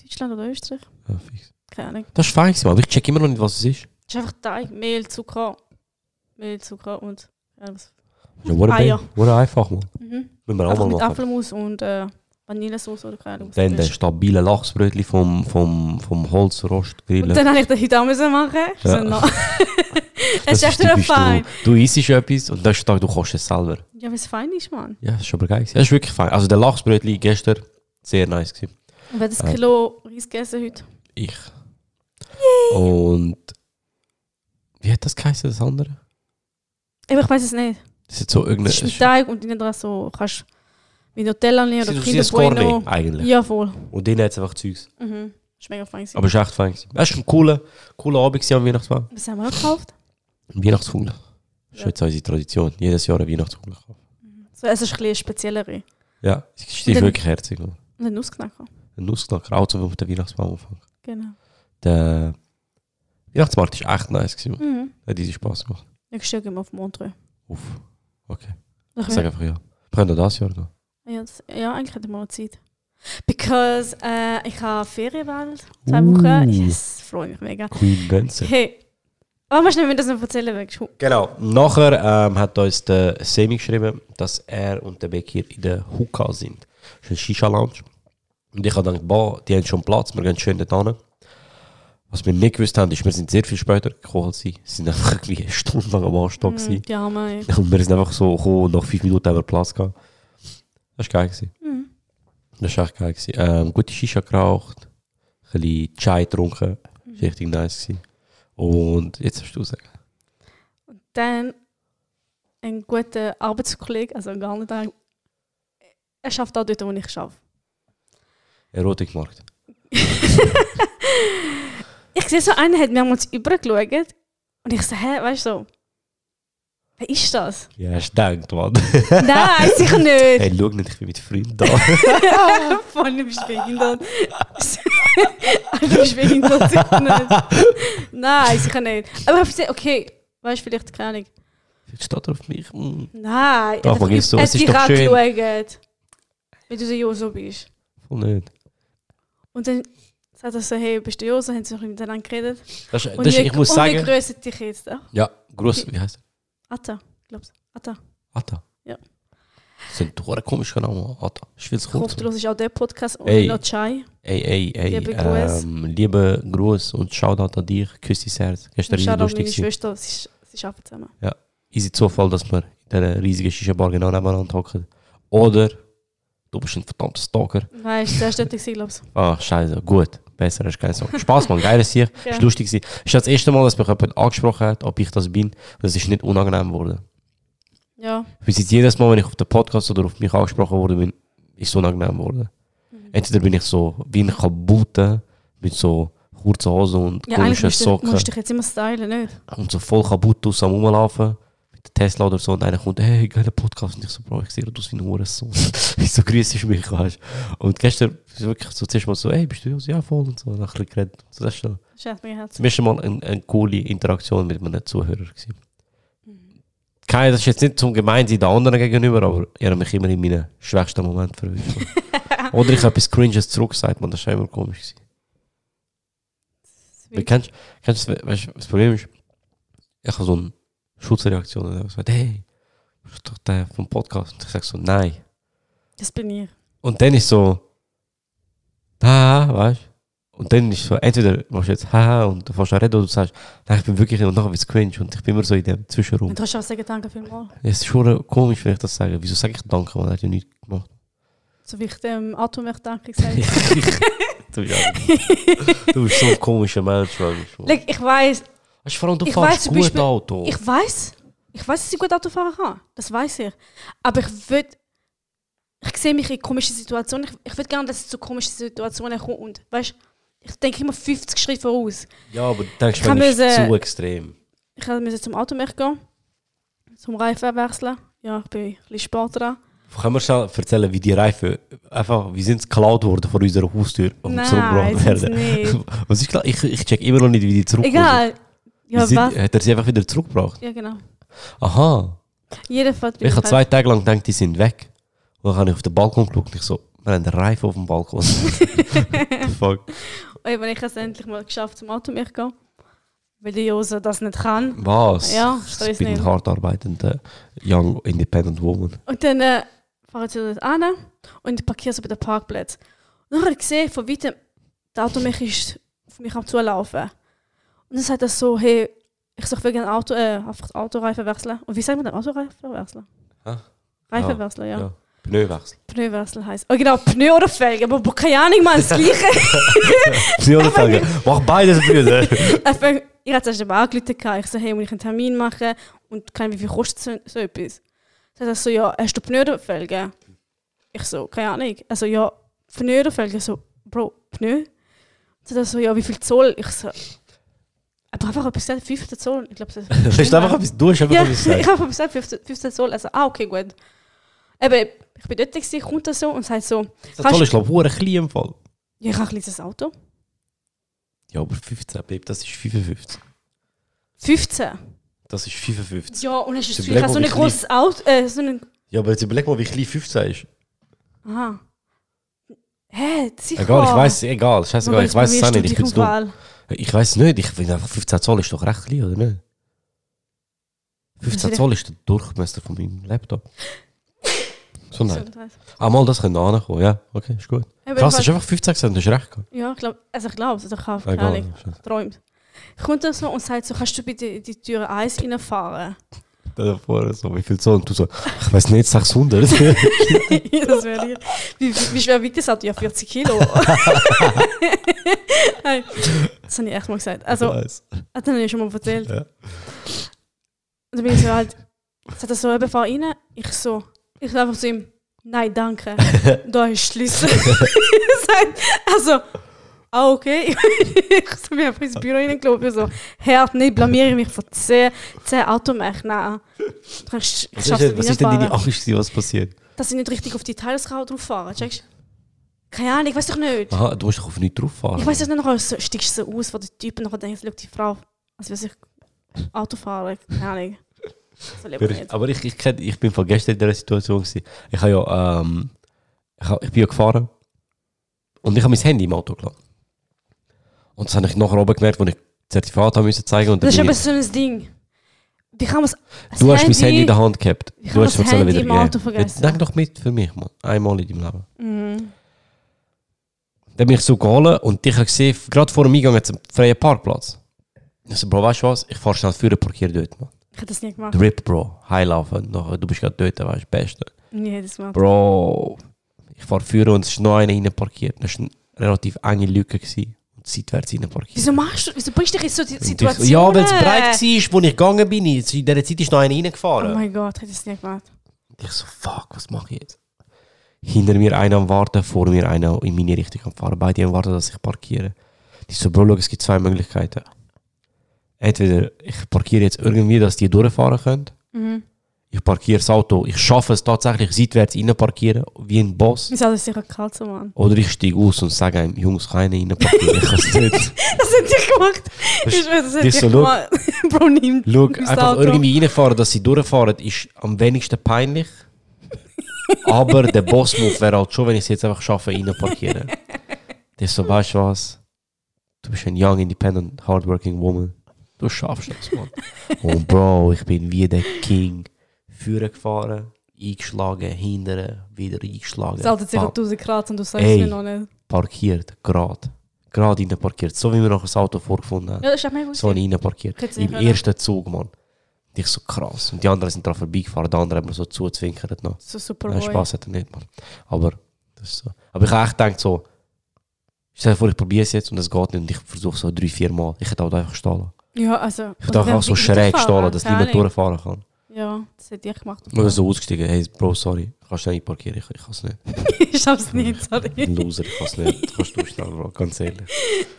Speaker 2: Deutschland oder Österreich?
Speaker 1: Ja, fix.
Speaker 2: Keine Ahnung.
Speaker 1: das ist fein, gewesen, aber ich check immer noch nicht, was es ist.
Speaker 2: Das ist einfach Teig, Mehl, Zucker. Mehl, Zucker und. Ja, was.
Speaker 1: Ja, wurde,
Speaker 2: Ah, ja.
Speaker 1: wurde einfach, man.
Speaker 2: Mhm.
Speaker 1: Müssen wir
Speaker 2: Einfach
Speaker 1: auch
Speaker 2: mit
Speaker 1: mal machen.
Speaker 2: Apfelmus und äh, Vanillesauce oder keine Ahnung. was
Speaker 1: Dann der
Speaker 2: das ist.
Speaker 1: stabile Lachsbrötchen vom, vom, vom Holzrost
Speaker 2: Und
Speaker 1: grillen.
Speaker 2: dann habe ich das heute auch müssen machen.
Speaker 1: Ja.
Speaker 2: So, no. Es ist echt wieder
Speaker 1: typisch,
Speaker 2: fein.
Speaker 1: Du, du isst etwas und dann stark, du kochst es selber.
Speaker 2: Ja, weil es fein ist, Mann.
Speaker 1: Ja, das ist aber geil. gewesen. Das ist wirklich fein. Also der Lachsbrötchen gestern, sehr nice gewesen.
Speaker 2: Und welches
Speaker 1: Ja.
Speaker 2: Kilo Reis gegessen heute?
Speaker 1: Ich. Und wie hat das geheißen, das andere?
Speaker 2: Eben, ich weiß es nicht.
Speaker 1: Das ist so irgendeine.
Speaker 2: Das ist ein Teig und innen dran so kannst mit Nutella nehmen
Speaker 1: Das
Speaker 2: oder
Speaker 1: ist so ein
Speaker 2: Kinder
Speaker 1: Cornet
Speaker 2: Bueno.
Speaker 1: eigentlich.
Speaker 2: Ja, voll.
Speaker 1: Und denen hat es einfach Zeugs.
Speaker 2: Mhm. Ist mega fein. gewesen.
Speaker 1: Aber es war echt fein. gewesen. Das war ein cooler, cooler Abend gewesen am Weihnachtsmann.
Speaker 2: Was haben wir noch gekauft?
Speaker 1: Ein Weihnachtsvogel. Das ist
Speaker 2: Ja.
Speaker 1: jetzt unsere Tradition. Jedes Jahr ein Weihnachtsvogel kaufen.
Speaker 2: So, es ist ein bisschen speziellere.
Speaker 1: Ja, es ist
Speaker 2: Und dann-
Speaker 1: wirklich herzig. man.
Speaker 2: Und dann Nussknacker.
Speaker 1: Ein Nussknacker, auch so auf den Weihnachtsbaum anfangen.
Speaker 2: Genau.
Speaker 1: Der Weihnachtsmarkt war echt nice. Gewesen. man.
Speaker 2: Mhm.
Speaker 1: Hat riesen Spaß gemacht.
Speaker 2: Nächstes Jahr gehen wir auf Montreux.
Speaker 1: Uff. Okay.
Speaker 2: Nach
Speaker 1: Ich sage einfach ja. Wir können das Jahr gehen.
Speaker 2: Ja, das, ja eigentlich hätten wir noch Zeit. Because äh, ich habe Ferien bald, zwei Wochen.
Speaker 1: Uh.
Speaker 2: Yes, freue mich mega.
Speaker 1: Queen Benson.
Speaker 2: Hey, Oh, warum hast du mir das noch erzählen willst? Hu-
Speaker 1: Genau. Nachher ähm, hat uns der Semi geschrieben, dass er und der Bekir in der Hookah sind. Das ist ein Shisha-Lounge. Und ich habe gedacht, boah, die haben schon Platz, wir gehen schön dort hin. Was wir nicht gewusst haben, ist, wir sind sehr viel später gekommen als sie. Sie sind einfach irgendwie eine Stunde lang am Anstock.
Speaker 2: Hm,
Speaker 1: gewesen.
Speaker 2: Die Arme.
Speaker 1: Und wir sind einfach so gekommen und nach fünf Minuten haben wir Platz gehabt. Das war geil. Gewesen.
Speaker 2: Mm.
Speaker 1: Das war echt geil. Gewesen. Ähm, gute Shisha geraucht, ein bisschen Chai getrunken. Das war richtig nice. Gewesen. Und jetzt hast du es.
Speaker 2: Dann ein guter Arbeitskollege, also gar nicht ein. Er schafft auch dort, wo ich arbeite.
Speaker 1: Erotikmarkt.
Speaker 2: Ich sehe so einen, hat mehrmals übergeschaut. Und ich so, hä, weißt du so, wer ist das?
Speaker 1: Ja, hast du gedacht, Mann.
Speaker 2: Nein, sicher nicht.
Speaker 1: Hey, schau nicht, ich bin mit Freunden da.
Speaker 2: Voll, du bist behindert. Alter, du bist behindert, sicher nicht. Nein, sicher nicht. Aber ich habe gesagt, okay, weißt du, vielleicht, keine Ahnung.
Speaker 1: Jetzt steht er auf mich. Mm,
Speaker 2: Nein,
Speaker 1: Doch, man gibt so, es ist doch schön.
Speaker 2: angeschaut, wie du so Joso bist.
Speaker 1: voll nicht.
Speaker 2: Und dann sagt er so, hey, bist du Joso? Haben sie noch miteinander geredet.
Speaker 1: Das, ist-
Speaker 2: Und
Speaker 1: das, ist-
Speaker 2: wir-
Speaker 1: ich muss
Speaker 2: und wir
Speaker 1: sagen.
Speaker 2: grüßen dich jetzt. ah.
Speaker 1: Ja, groß, wie heißt
Speaker 2: Atta, glaubst du? Atta.
Speaker 1: er? Atta.
Speaker 2: Ja.
Speaker 1: Das ist ein total komischer Name, Atta. Ich will es kurz.
Speaker 2: Kurz los ist auch der Podcast und
Speaker 1: Ey.
Speaker 2: noch Chai.
Speaker 1: Ey, ey, ey.
Speaker 2: Liebe Gruß.
Speaker 1: ähm, liebe Gruß und Shoutout an dich. Küsse dein Herz. Gestern
Speaker 2: Und
Speaker 1: war
Speaker 2: schade an
Speaker 1: lustig.
Speaker 2: meine
Speaker 1: gewesen.
Speaker 2: Schwester, sie, sch- sie arbeiten zusammen.
Speaker 1: Easy Zufall, dass wir in dieser riesigen Shisha-Bar genau nebeneinander hocken. Oder du bist ein verdammter Stalker.
Speaker 2: Weißt du, das war dort, glaube ich.
Speaker 1: Ach, Ah, scheiße, gut. Besser hast du keinen Song. Spaß, Mann, geiles Sieg.
Speaker 2: Ja.
Speaker 1: Ist lustig gewesen. Ist das erste Mal, dass mich jemand angesprochen hat, ob ich das bin. Und es ist nicht unangenehm geworden.
Speaker 2: Ja.
Speaker 1: Bis jetzt jedes Mal, wenn ich auf den Podcast oder auf mich angesprochen wurde, bin, ist es unangenehm geworden.
Speaker 2: Mhm.
Speaker 1: Entweder bin ich so wie ein Kabute mit so kurzen Hosen und
Speaker 2: ja eigentlich
Speaker 1: komischen
Speaker 2: musst du,
Speaker 1: Socken
Speaker 2: musst du dich jetzt immer stylen, nicht?
Speaker 1: und so voll kaputt aus am rumlaufen. Mit der Tesla oder so und einer kommt, hey, geiler Podcast. Und ich so, Bro, ich sehe aus wie ein Hurensohn. so grüß ich mich, weißt du. Und gestern ist wirklich so zuerst mal so, hey, bist du aus? Ja, voll. Und so, und dann ein bisschen geredet. So, das ist schon
Speaker 2: Das hat mir Herz.
Speaker 1: zum ersten Mal eine, eine coole Interaktion mit einem Zuhörer gewesen.
Speaker 2: Mhm.
Speaker 1: Kein, das ist jetzt nicht zum Gemeinsinn der anderen gegenüber, aber ihr habt mich immer in meinen schwächsten Moment verwischt. Oder ich habe etwas Cringes zurückgesagt, man, das war immer komisch. Gewesen. Weil kennst, kennst, du- weißt, du, das Problem ist, ich habe so eine Schutzreaktion. Und ich sage, hey, das ist doch der vom Podcast. Und ich sage so, nein.
Speaker 2: Das bin ich.
Speaker 1: Und dann ist so, haha, weißt du? Und dann ist so, entweder machst du jetzt haha und du fährst an reden oder du sagst, nein, ich bin wirklich, und nachher wird es cringe und ich bin immer so in dem Zwischenraum.
Speaker 2: Und du hast auch sagen, danke vielmals.
Speaker 1: Es ist schon komisch, wenn ich das sage. Wieso sage ich danke, man hat ja nichts gemacht.
Speaker 2: So wie ich dem Atom möchte danke gesagt habe.
Speaker 1: du, bist auch- du bist so ein komischer Mensch, man.
Speaker 2: like, ich weiß,
Speaker 1: Weißt du, vor allem du
Speaker 2: ich
Speaker 1: fährst
Speaker 2: weiß zum
Speaker 1: gut
Speaker 2: Beispiel-
Speaker 1: Auto.
Speaker 2: ich weiß, ich weiß, dass ich gut Auto fahren kann. Das weiß ich. Aber ich würde, ich sehe mich in komischen Situationen. Ich, ich würde gerne, dass es zu komischen Situationen kommt. Und weißt ich denke immer 50 Schritte voraus.
Speaker 1: ja, aber du denkst,
Speaker 2: Ich kann
Speaker 1: man ist
Speaker 2: mir se-
Speaker 1: zu extrem.
Speaker 2: Ich musste zum Automecher gehen, zum Reifen wechseln. Ja, ich bin ein bisschen spät dran.
Speaker 1: Können wir schnell erzählen, wie die Reifen einfach, wie sind sie geklaut worden von unserer Haustür und
Speaker 2: Nein,
Speaker 1: zurückgebracht
Speaker 2: sind's
Speaker 1: werden?
Speaker 2: nicht.
Speaker 1: Was ist klar? Ich, ich check immer noch nicht, wie die zurückkommen.
Speaker 2: Egal.
Speaker 1: Wie
Speaker 2: Ja,
Speaker 1: sind,
Speaker 2: was?
Speaker 1: hat er sie einfach wieder zurückgebracht?
Speaker 2: Ja, genau.
Speaker 1: Aha.
Speaker 2: Jedenfalls bin
Speaker 1: Ich habe
Speaker 2: halt-
Speaker 1: zwei Tage lang gedacht, die sind weg. Und dann habe ich auf den Balkon geschaut und ich so, wir haben Reifen auf dem Balkon. The fuck.
Speaker 2: Ey, wenn ich es endlich mal geschafft zum Auto mich gehen, weil die Jose das nicht kann.
Speaker 1: Was?
Speaker 2: Ja, ich
Speaker 1: ich
Speaker 2: weiß
Speaker 1: bin
Speaker 2: nicht.
Speaker 1: ein hart arbeitender Young Independent Woman.
Speaker 2: Und dann äh, fahren sie das an und parkieren sie bei dem Parkplatz. Und dann habe ich gesehen, von weitem, der Auto mich ist auf mich am zulaufen. Und dann sagt er so, hey, ich soll wegen dem Auto, äh, einfach Autoreifen wechseln. Und wie sagt man denn Autoreifen wechseln?
Speaker 1: Hä?
Speaker 2: Reifen
Speaker 1: Ja,
Speaker 2: wechseln, ja.
Speaker 1: ja. Pneuwechsel.
Speaker 2: Pneuwechsel heisst. Oh genau, Pneu oder Felgen, aber boah, keine Ahnung, man, das gleiche.
Speaker 1: Pneuwechsel. Mach beides, Brüder.
Speaker 2: Er fängt- ich hatte zuerst mal angerufen, ich so, hey, muss ich einen Termin machen und keine Ahnung, wie viel kostet so, so etwas? Dann sagt er so, ja, hast du Pneufelgen? Ich so, keine Ahnung. Also ja, Pneufelgen, so, Bro, Pneu? Dann sagt er so, ja, wie viel Zoll? Ich so, aber einfach etwas gesagt, 15 Zoll. Ich glaube, das ist
Speaker 1: Du hast einfach etwas, du hast einfach
Speaker 2: ja,
Speaker 1: etwas gesagt.
Speaker 2: ich habe gesagt, 15, 15 Zoll. Also, ah, okay, gut. Eben, ich bin dort, gewesen, kommt er so und sagt so,
Speaker 1: Das Tolle ist, glaube ich, hure klein im Fall.
Speaker 2: ja, ich habe ein kleines Auto.
Speaker 1: Ja, aber 15, Babe, das ist 55.
Speaker 2: 15.
Speaker 1: Das ist 55.
Speaker 2: Ja, und hast du
Speaker 1: Zum
Speaker 2: ich habe so ein
Speaker 1: Level, wie
Speaker 2: großes Auto, äh, so ein
Speaker 1: Ja, aber jetzt überleg mal, wie klein 15 ist.
Speaker 2: Aha. Hä, sicher.
Speaker 1: Egal, Oh ich weiß, egal, scheißegal, ich weiß es auch nicht, ich bin zu dumm.
Speaker 2: bin
Speaker 1: Ich weiß nicht, ich finde einfach 15 Zoll ist doch recht klein, oder nicht? 15
Speaker 2: Natürlich.
Speaker 1: Zoll ist der Durchmesser von meinem Laptop. So nein. Ah, mal, das könnte ankommen, ja. Okay, ist gut. Krass, ist einfach 15 gesagt, du hast recht gehabt.
Speaker 2: Ja, ich glaube, also ich glaube, also ich habe keine
Speaker 1: Egal.
Speaker 2: Ahnung, geträumt. Kommt er so und sagt so, kannst du bitte in die Tür 1 reinfahren?
Speaker 1: Da vorne so, wie viel Zoll? Und du so, ich weiß nicht, 600.
Speaker 2: das wäre ich. Wie, wie, wie schwer wiegt das Auto? Ja, 40 Kilo. Nein, das habe ich echt mal gesagt. Also,
Speaker 1: Weiss.
Speaker 2: Ah, Das habe ich schon mal erzählt.
Speaker 1: Ja.
Speaker 2: Und dann bin ich so halt, sagt er so, eben fahr rein. Ich so, ich sag einfach zu ihm, nein, danke. da ist der Schlüssel. Sagt- also, ah, okay. ich so, bin einfach ins Büro reingelaufen. Ich so, Herr, nicht blamiere ich mich von 10, 10 Automech. Nein. Ich schaff's
Speaker 1: Was ist, denn- was ist denn deine
Speaker 2: reinfahren.
Speaker 1: Angst, gewesen, was passiert?
Speaker 2: Dass ich nicht richtig auf die Teilskau drauf fahre, checkst Keine Ahnung, ich weiß doch nicht.
Speaker 1: Aha, du musst doch auf nichts drauf fahren.
Speaker 2: Ich weiß nicht, nachher so- steigst du so aus von den Typen, nachher denkst du, schau die Frau, als wäre ich Autofahrer, keine Ahnung. So lieber
Speaker 1: Wirklich,
Speaker 2: nicht.
Speaker 1: Aber ich, ich, kenn, ich bin von gestern in dieser Situation. Gewesen. Ich, habe ja, ähm, ich, hab, ich bin ja gefahren und ich habe mein Handy im Auto gelassen. Und das habe ich nachher oben gemerkt, wo ich das Zertifikat haben müssen zeigen und dann
Speaker 2: Das ist
Speaker 1: bin
Speaker 2: aber
Speaker 1: ich,
Speaker 2: so ein Ding. Wie kann man das
Speaker 1: Du hast mein Handy in der Hand gehabt.
Speaker 2: Ich
Speaker 1: du
Speaker 2: hab
Speaker 1: hast
Speaker 2: das
Speaker 1: es mir
Speaker 2: Handy
Speaker 1: wieder
Speaker 2: im
Speaker 1: gegeben.
Speaker 2: Auto vergessen.
Speaker 1: Denk doch mit für mich, Mann. Einmal in deinem Leben.
Speaker 2: Mhm.
Speaker 1: Dann bin ich so gegangen und ich habe gesehen, gerade vor dem Eingang hat es einen freien Parkplatz. Ich so, Bro, weißt du was? Ich fahre schnell vor, parkiere dort, Mann.
Speaker 2: Ich hätte das nie gemacht.
Speaker 1: Drip, Bro. Heilaufen. Nachher, Du bist gerade dort, weißt du, beste.
Speaker 2: Nie das gemacht.
Speaker 1: Bro, ich fahre früher und es ist noch einer rein parkiert. Das war eine relativ enge Lücke gewesen. und seitwärts rein parkiert.
Speaker 2: Wieso machst du, wieso bringst du dich in so die
Speaker 1: Und ich-
Speaker 2: Situation?
Speaker 1: Ja, weil es breit war, wo ich gegangen bin. In dieser Zeit ist noch einer
Speaker 2: Oh
Speaker 1: reingefahren.
Speaker 2: mein Gott, ich hätte das nie gemacht.
Speaker 1: Und ich so, fuck, was mache ich jetzt? Hinter mir einer am Warten, vor mir einer in meine Richtung am Fahren. Beide am Warten, dass ich parkiere. Die so, Bro, schau, es gibt zwei Möglichkeiten. Entweder ich parkiere jetzt irgendwie, dass die durchfahren können.
Speaker 2: Mhm.
Speaker 1: Ich parkiere das Auto. Ich schaffe es tatsächlich, seitwärts rein parkieren, wie ein Boss.
Speaker 2: Wieso hat das sicher kalt so, Mann?
Speaker 1: Oder ich steige aus und sage ihm, Jungs, keine reinpacken, ich kann es nicht.
Speaker 2: Das hätte ich gemacht.
Speaker 1: Das-
Speaker 2: Ich schwöre, das hätte
Speaker 1: das
Speaker 2: ich
Speaker 1: so, schau.
Speaker 2: gemacht. Bro, nimm
Speaker 1: Schau,
Speaker 2: mein
Speaker 1: einfach
Speaker 2: Auto.
Speaker 1: irgendwie reinfahren, dass sie durchfahren, ist am wenigsten peinlich. Aber der Boss-Move wäre halt schon, wenn ich es jetzt einfach schaffe, reinparkieren. Das ist so, weißt du was? Du bist ein young, independent, hardworking woman. Du schaffst das, Mann. Und Bro, ich bin wie der King. Führen gefahren, eingeschlagen, hindern, wieder eingeschlagen.
Speaker 2: Es altert sicher
Speaker 1: Bam.
Speaker 2: 1000 Grad und du sagst
Speaker 1: Ey.
Speaker 2: mir noch nicht.
Speaker 1: parkiert, gerade. Gerade innen parkiert. So wie wir noch das Auto vorgefunden haben.
Speaker 2: Ja, das ist auch mega gut.
Speaker 1: So habe ich innen parkiert.
Speaker 2: Hätte sie
Speaker 1: Im
Speaker 2: können.
Speaker 1: ersten Zug, Mann. Und ich so krass. Und die anderen sind dran vorbeigefahren, die anderen haben mir so zuzwinkert noch.
Speaker 2: So super
Speaker 1: Nein, Spaß hat er nicht, Mann. Aber das ist so. Aber ich habe echt gedacht so, stell dir vor, ich probiere es jetzt und es geht nicht und ich versuche so drei, vier Mal. Ich hätte halt einfach stehen lassen.
Speaker 2: Ja, also.
Speaker 1: Ich hätte auch so schräg stehen lassen, dass niemand durchfahren kann.
Speaker 2: Ja, das hätte ich gemacht.
Speaker 1: Oder so ausgestiegen, hey Bro, sorry, kannst du nicht parkieren, ich, ich kann es nicht.
Speaker 2: ich hab's nicht, sorry.
Speaker 1: Loser, ich kann es nicht. Das kannst du ausstellen, Bro, ganz ehrlich.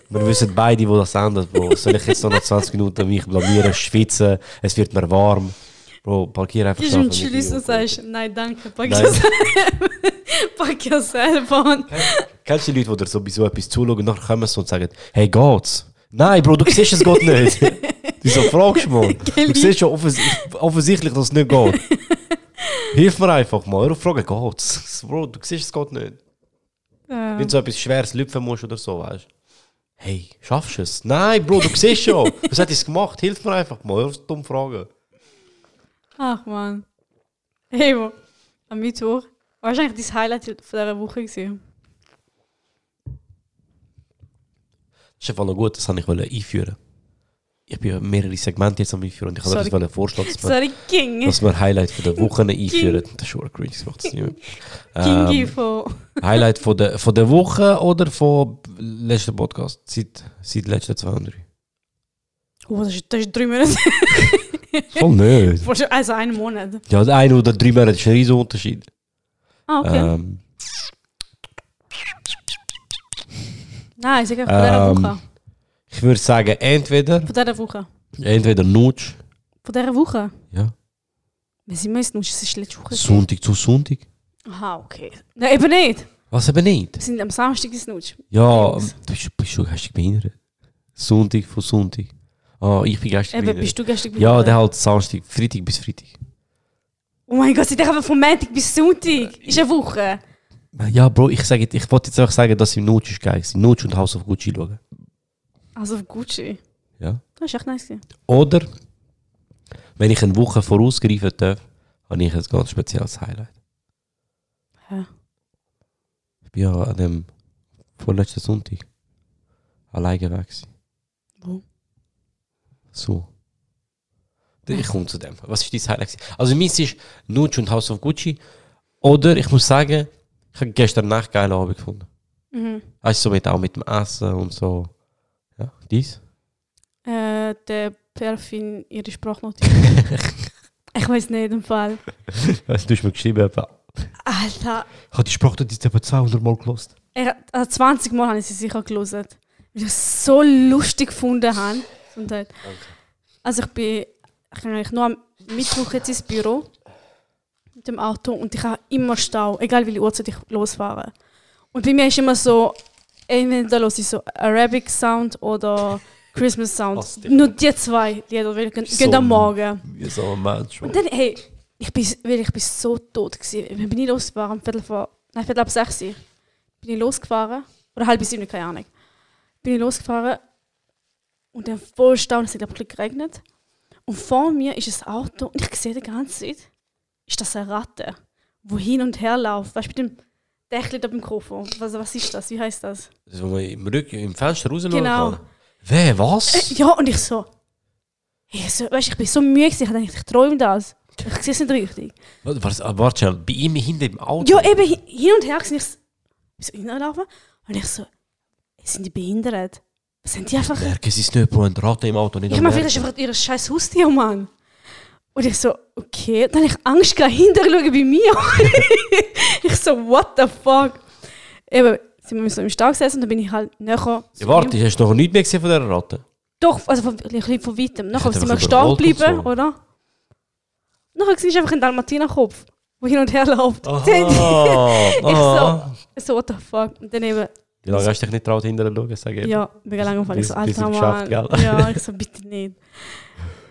Speaker 1: Wir wissen beide, wo das endet, Bro. Soll ich jetzt noch nach 20 Minuten mich blamieren, schwitzen, es wird mir warm. Bro, parkier einfach
Speaker 2: Gehst
Speaker 1: schnell
Speaker 2: im
Speaker 1: für mich,
Speaker 2: Chili's und
Speaker 1: Junge.
Speaker 2: sagst, nein, danke, pack
Speaker 1: Nein.
Speaker 2: das pack das Telefon.
Speaker 1: Kennst du die Leute, die dir so bei so etwas zuschauen und nachher kommen sie und sagen, hey, geht's? Nein, Bro, du siehst, es geht nicht. Wieso fragst du, Mann? Du
Speaker 2: Gell,
Speaker 1: siehst schon offens offensichtlich, dass es nicht geht. Hilf mir einfach mal. Hör auf, fragen, geht's? Bro, du siehst, es geht nicht. Wenn
Speaker 2: Ähm,
Speaker 1: du so etwas Schweres lüpfen musst oder so, weißt du? Hey, schaffst du es? Nein, Bro, du siehst schon. Was hat es gemacht? Hilf mir einfach mal. Hör auf, dumm fragen.
Speaker 2: Ach man. Hey, wo? Am Mittwoch. Was war eigentlich dein Highlight von dieser Woche? Gewesen?
Speaker 1: Das ist einfach noch gut, das wollte ich wollte einführen. Ich bin ja mehrere Segmente jetzt am Einführen und ich wollte
Speaker 2: Sorry.
Speaker 1: das wollte vorschlagen, dass wir-
Speaker 2: Sorry, King.
Speaker 1: dass wir Highlight von der Woche einführen. Das ist schon cringe, ich mach das nicht mehr.
Speaker 2: Kingi
Speaker 1: Ähm,
Speaker 2: von.
Speaker 1: Highlight von der, von der Woche oder von letzten Podcast? Seit, seit letzten 200.
Speaker 2: Oh, das ist, das ist drei Monate.
Speaker 1: Voll nicht.
Speaker 2: Also einen Monat.
Speaker 1: Ja, der eine oder drei Monate ist ein riesen Unterschied.
Speaker 2: Ah, okay.
Speaker 1: Ähm,
Speaker 2: nein, ich sage von dieser
Speaker 1: ähm,
Speaker 2: Woche.
Speaker 1: Ich würde sagen, entweder,
Speaker 2: Von dieser Woche.
Speaker 1: entweder Nutsch,
Speaker 2: Von dieser Woche.
Speaker 1: ja,
Speaker 2: Wir sind meistens, es ist letzte Woche. gewesen.
Speaker 1: Sonntag zu Sonntag.
Speaker 2: Aha, okay. Nein, eben nicht.
Speaker 1: Was eben nicht.
Speaker 2: Wir sind am Samstag gesnutzt.
Speaker 1: Ja,
Speaker 2: Jungs.
Speaker 1: du bist, bist du geistig behindert. Sonntag von Sonntag. Ah, ich bin geistig
Speaker 2: Eben,
Speaker 1: behindert.
Speaker 2: bist du gestern
Speaker 1: ja, der halt Samstag, Freitag bis Freitag.
Speaker 2: Oh mein Gott, sind einfach vom Montag bis Sonntag. Ist eine Woche.
Speaker 1: Ja, Bro, ich, sage, ich wollte jetzt einfach sagen, dass im Nutsch ist geil. Nutsch und House of Gucci schauen.
Speaker 2: Also auf Gucci.
Speaker 1: Ja.
Speaker 2: Das ist echt nice. gewesen.
Speaker 1: Oder, wenn ich eine Woche vorausgreifen darf, habe ich ein ganz spezielles Highlight.
Speaker 2: Hä?
Speaker 1: Ich bin ja an dem vorletzten Sonntag alleine weg. gewesen.
Speaker 2: Wo?
Speaker 1: So. Ich komme zu dem. Was ist dein Highlight? gewesen? Also, meins ist Nutsch und House of Gucci. Oder, ich muss sagen, ich habe gestern Nacht einen geilen Abend gefunden.
Speaker 2: Mhm.
Speaker 1: Also, somit auch mit dem Essen und so. Ja, dies.
Speaker 2: Äh, der Perfin, ihre Sprachnotiz. ich weiß nicht, im Fall.
Speaker 1: Was du hast mir geschrieben etwa.
Speaker 2: Alter,
Speaker 1: Ich habe die Sprachnotiz etwa 200 Mal gelost.
Speaker 2: er, also 20 Mal habe ich sie sicher gelesen. Weil ich es so lustig gefunden habe. Gesundheit. Also ich bin ich bin eigentlich nur am Mittwoch jetzt ins Büro mit dem Auto und ich habe immer Stau, egal welche Uhrzeit ich losfahre. Und bei mir ist immer so, entweder los ist so Arabic Sound oder Christmas Sound.
Speaker 1: Hass dich.
Speaker 2: Nur die zwei Lieder, weil gehen,
Speaker 1: So
Speaker 2: gehen am Morgen.
Speaker 1: Wie so ein Mensch.
Speaker 2: Und dann, hey, ich bin, weil ich bin so tot gewesen. Wenn bin ich losgefahren, am Viertel vor, nein, Viertel ab sechs bin ich losgefahren, oder halb sieben, keine Ahnung. Bin ich losgefahren und dann voll Stau, es hat, glaube ich, ein bisschen geregnet. Und vor mir ist ein Auto und ich sehe die ganze Zeit, ist das eine Ratte, wo hin und her läuft. Weißt du, mit dem Dächli da beim Kopf. Was, was ist das? Wie heißt das?
Speaker 1: Also, wenn man im Rücken, im Fenster rausschauen
Speaker 2: Genau. Äh,
Speaker 1: kann. Wer, was?
Speaker 2: Ja, und ich so. Ich, so, weißt, du, ich bin so müde, gewesen, ich dachte, ich träume das. Ich sehe es nicht richtig.
Speaker 1: Was, was, aber warte schnell, bei ihm hinter dem Auto?
Speaker 2: Ja, eben hi- hin und her gesehen. Ich so, ich so hinlaufen und ich so, sind die behindert? Was sind die einfach?
Speaker 1: Merken Sie es nicht, Bro, ein Ratte im Auto. Nicht
Speaker 2: Ich
Speaker 1: am
Speaker 2: meine,
Speaker 1: Merken.
Speaker 2: vielleicht ist einfach ihr scheiß Haustier, Mann. Und ich so, okay. Dann habe ich Angst gehabt, hinterher bei mir. ich so, what the fuck? Eben, sind wir so im Stau gesessen und dann bin ich halt nachher.
Speaker 1: Ja, warte, hast du noch nichts mehr gesehen von dieser Ratte?
Speaker 2: Doch, also von, ein bisschen von weitem. Nachher
Speaker 1: hätte
Speaker 2: sind wir
Speaker 1: einfach
Speaker 2: stehen
Speaker 1: überholt und
Speaker 2: geblieben,
Speaker 1: so.
Speaker 2: oder? Nachher siehst du einfach einen Dalmatinerkopf, der hin und her läuft. ich so,
Speaker 1: Aha.
Speaker 2: so, what the fuck? Und dann eben,
Speaker 1: Wie lange hast du dich nicht traut, hinterher zu schauen? Sag eben.
Speaker 2: Ja, mega lange Fall. Ich so,
Speaker 1: Bis- bis
Speaker 2: alter
Speaker 1: im
Speaker 2: Mann.
Speaker 1: Geschäft, gell?
Speaker 2: Ja, ich so, bitte nicht.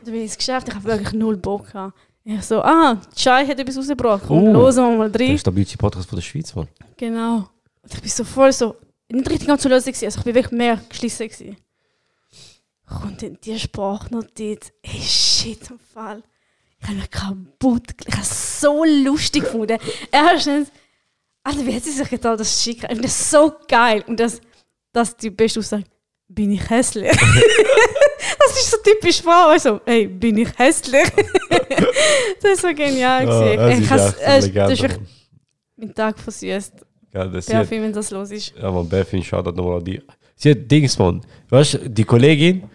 Speaker 2: Dann bin ich ins Geschäft, ich habe wirklich null Bock gehabt. Ich so, ah, Chai hat etwas rausgebracht. Komm,
Speaker 1: Uh.
Speaker 2: los, machen wir mal
Speaker 1: Das
Speaker 2: drin.
Speaker 1: ist der bildste Podcast von der Schweiz, Mann.
Speaker 2: Genau. Und ich bin so voll so, nicht richtig am zu lösen gewesen. Also ich bin wirklich mehr geschlossen gewesen. Kommt in die Sprachnotiz. Ey, shit, im Fall. Ich habe mich kaputt gel- Ich habe es so lustig gefunden. Erstens, Alter, wie hat sie sich getan, das schick? Ich finde das so geil. Und das, das die beste Aussage, bin ich hässlich? das ist so typisch Frau. Also, ey, bin ich hässlich? das ist so genial.
Speaker 1: Ah,
Speaker 2: gewesen. ich ich has, es, das ist wirklich mein Tag versüßt.
Speaker 1: Ja, das
Speaker 2: Ja, viel, wenn das los ist.
Speaker 1: Ja, man, Berfin, schaut nochmal an die. Sie hat Dings, Mann. Weißt du, die Kollegin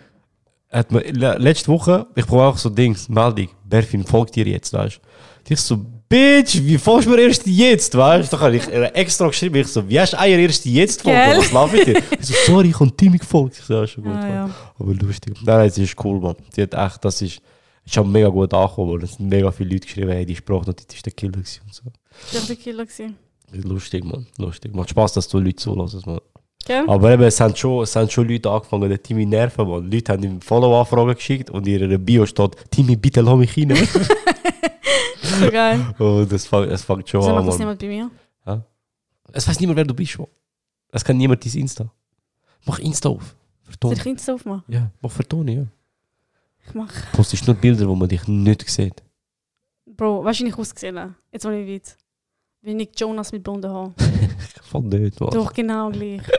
Speaker 1: hat mir le- letzte Woche, ich brauche auch so Dings, Meldung. Berfin folgt dir jetzt, weißt du? Ich so, Bitch, wie folgst du mir erst jetzt, weißt du? Da habe ich ihr extra geschrieben, ich so, wie hast du Eier erst jetzt folgt?
Speaker 2: Gell?
Speaker 1: Was lauf ich dir? Ich so, sorry, ich habe Timmy gefolgt. Ich so, ja, ist schon gut,
Speaker 2: Ah,
Speaker 1: Mann.
Speaker 2: ja.
Speaker 1: Aber lustig. Nein, nein, sie ist cool, Mann. Sie hat echt, das ist, ist schon mega gut angekommen. Es sind mega viele Leute geschrieben, hey, die Sprachnotiz ist der Killer gewesen und so.
Speaker 2: Das war der Killer. gewesen.
Speaker 1: Lustig, Mann. Lustig. Macht Spaß, dass du Leute zulässt, Mann.
Speaker 2: Gell?
Speaker 1: Aber eben, es haben schon, es haben schon Leute angefangen, den Timmy nerven, Mann. Leute haben ihm Follow-Anfragen geschickt und in ihrer Bio steht, Timmy, bitte lass mich rein.
Speaker 2: So geil.
Speaker 1: und das fängt, es fängt schon
Speaker 2: Wieso
Speaker 1: an,
Speaker 2: macht das
Speaker 1: Mann.
Speaker 2: niemand bei mir?
Speaker 1: Es weiß niemand, wer du bist, Mann. Es kann niemand dein Insta. Mach Insta auf.
Speaker 2: Soll
Speaker 1: Vertonen.
Speaker 2: ich Insta aufmachen?
Speaker 1: Ja, mach vertonen, ja.
Speaker 2: Ich mach.
Speaker 1: Postest nur Bilder, wo man dich nicht sieht.
Speaker 2: Bro, weißt du, wie ich ausgesehen habe? Jetzt war ich weit. Wie Nick Jonas mit blonden Haaren.
Speaker 1: Voll nicht, Mann.
Speaker 2: Doch, genau gleich.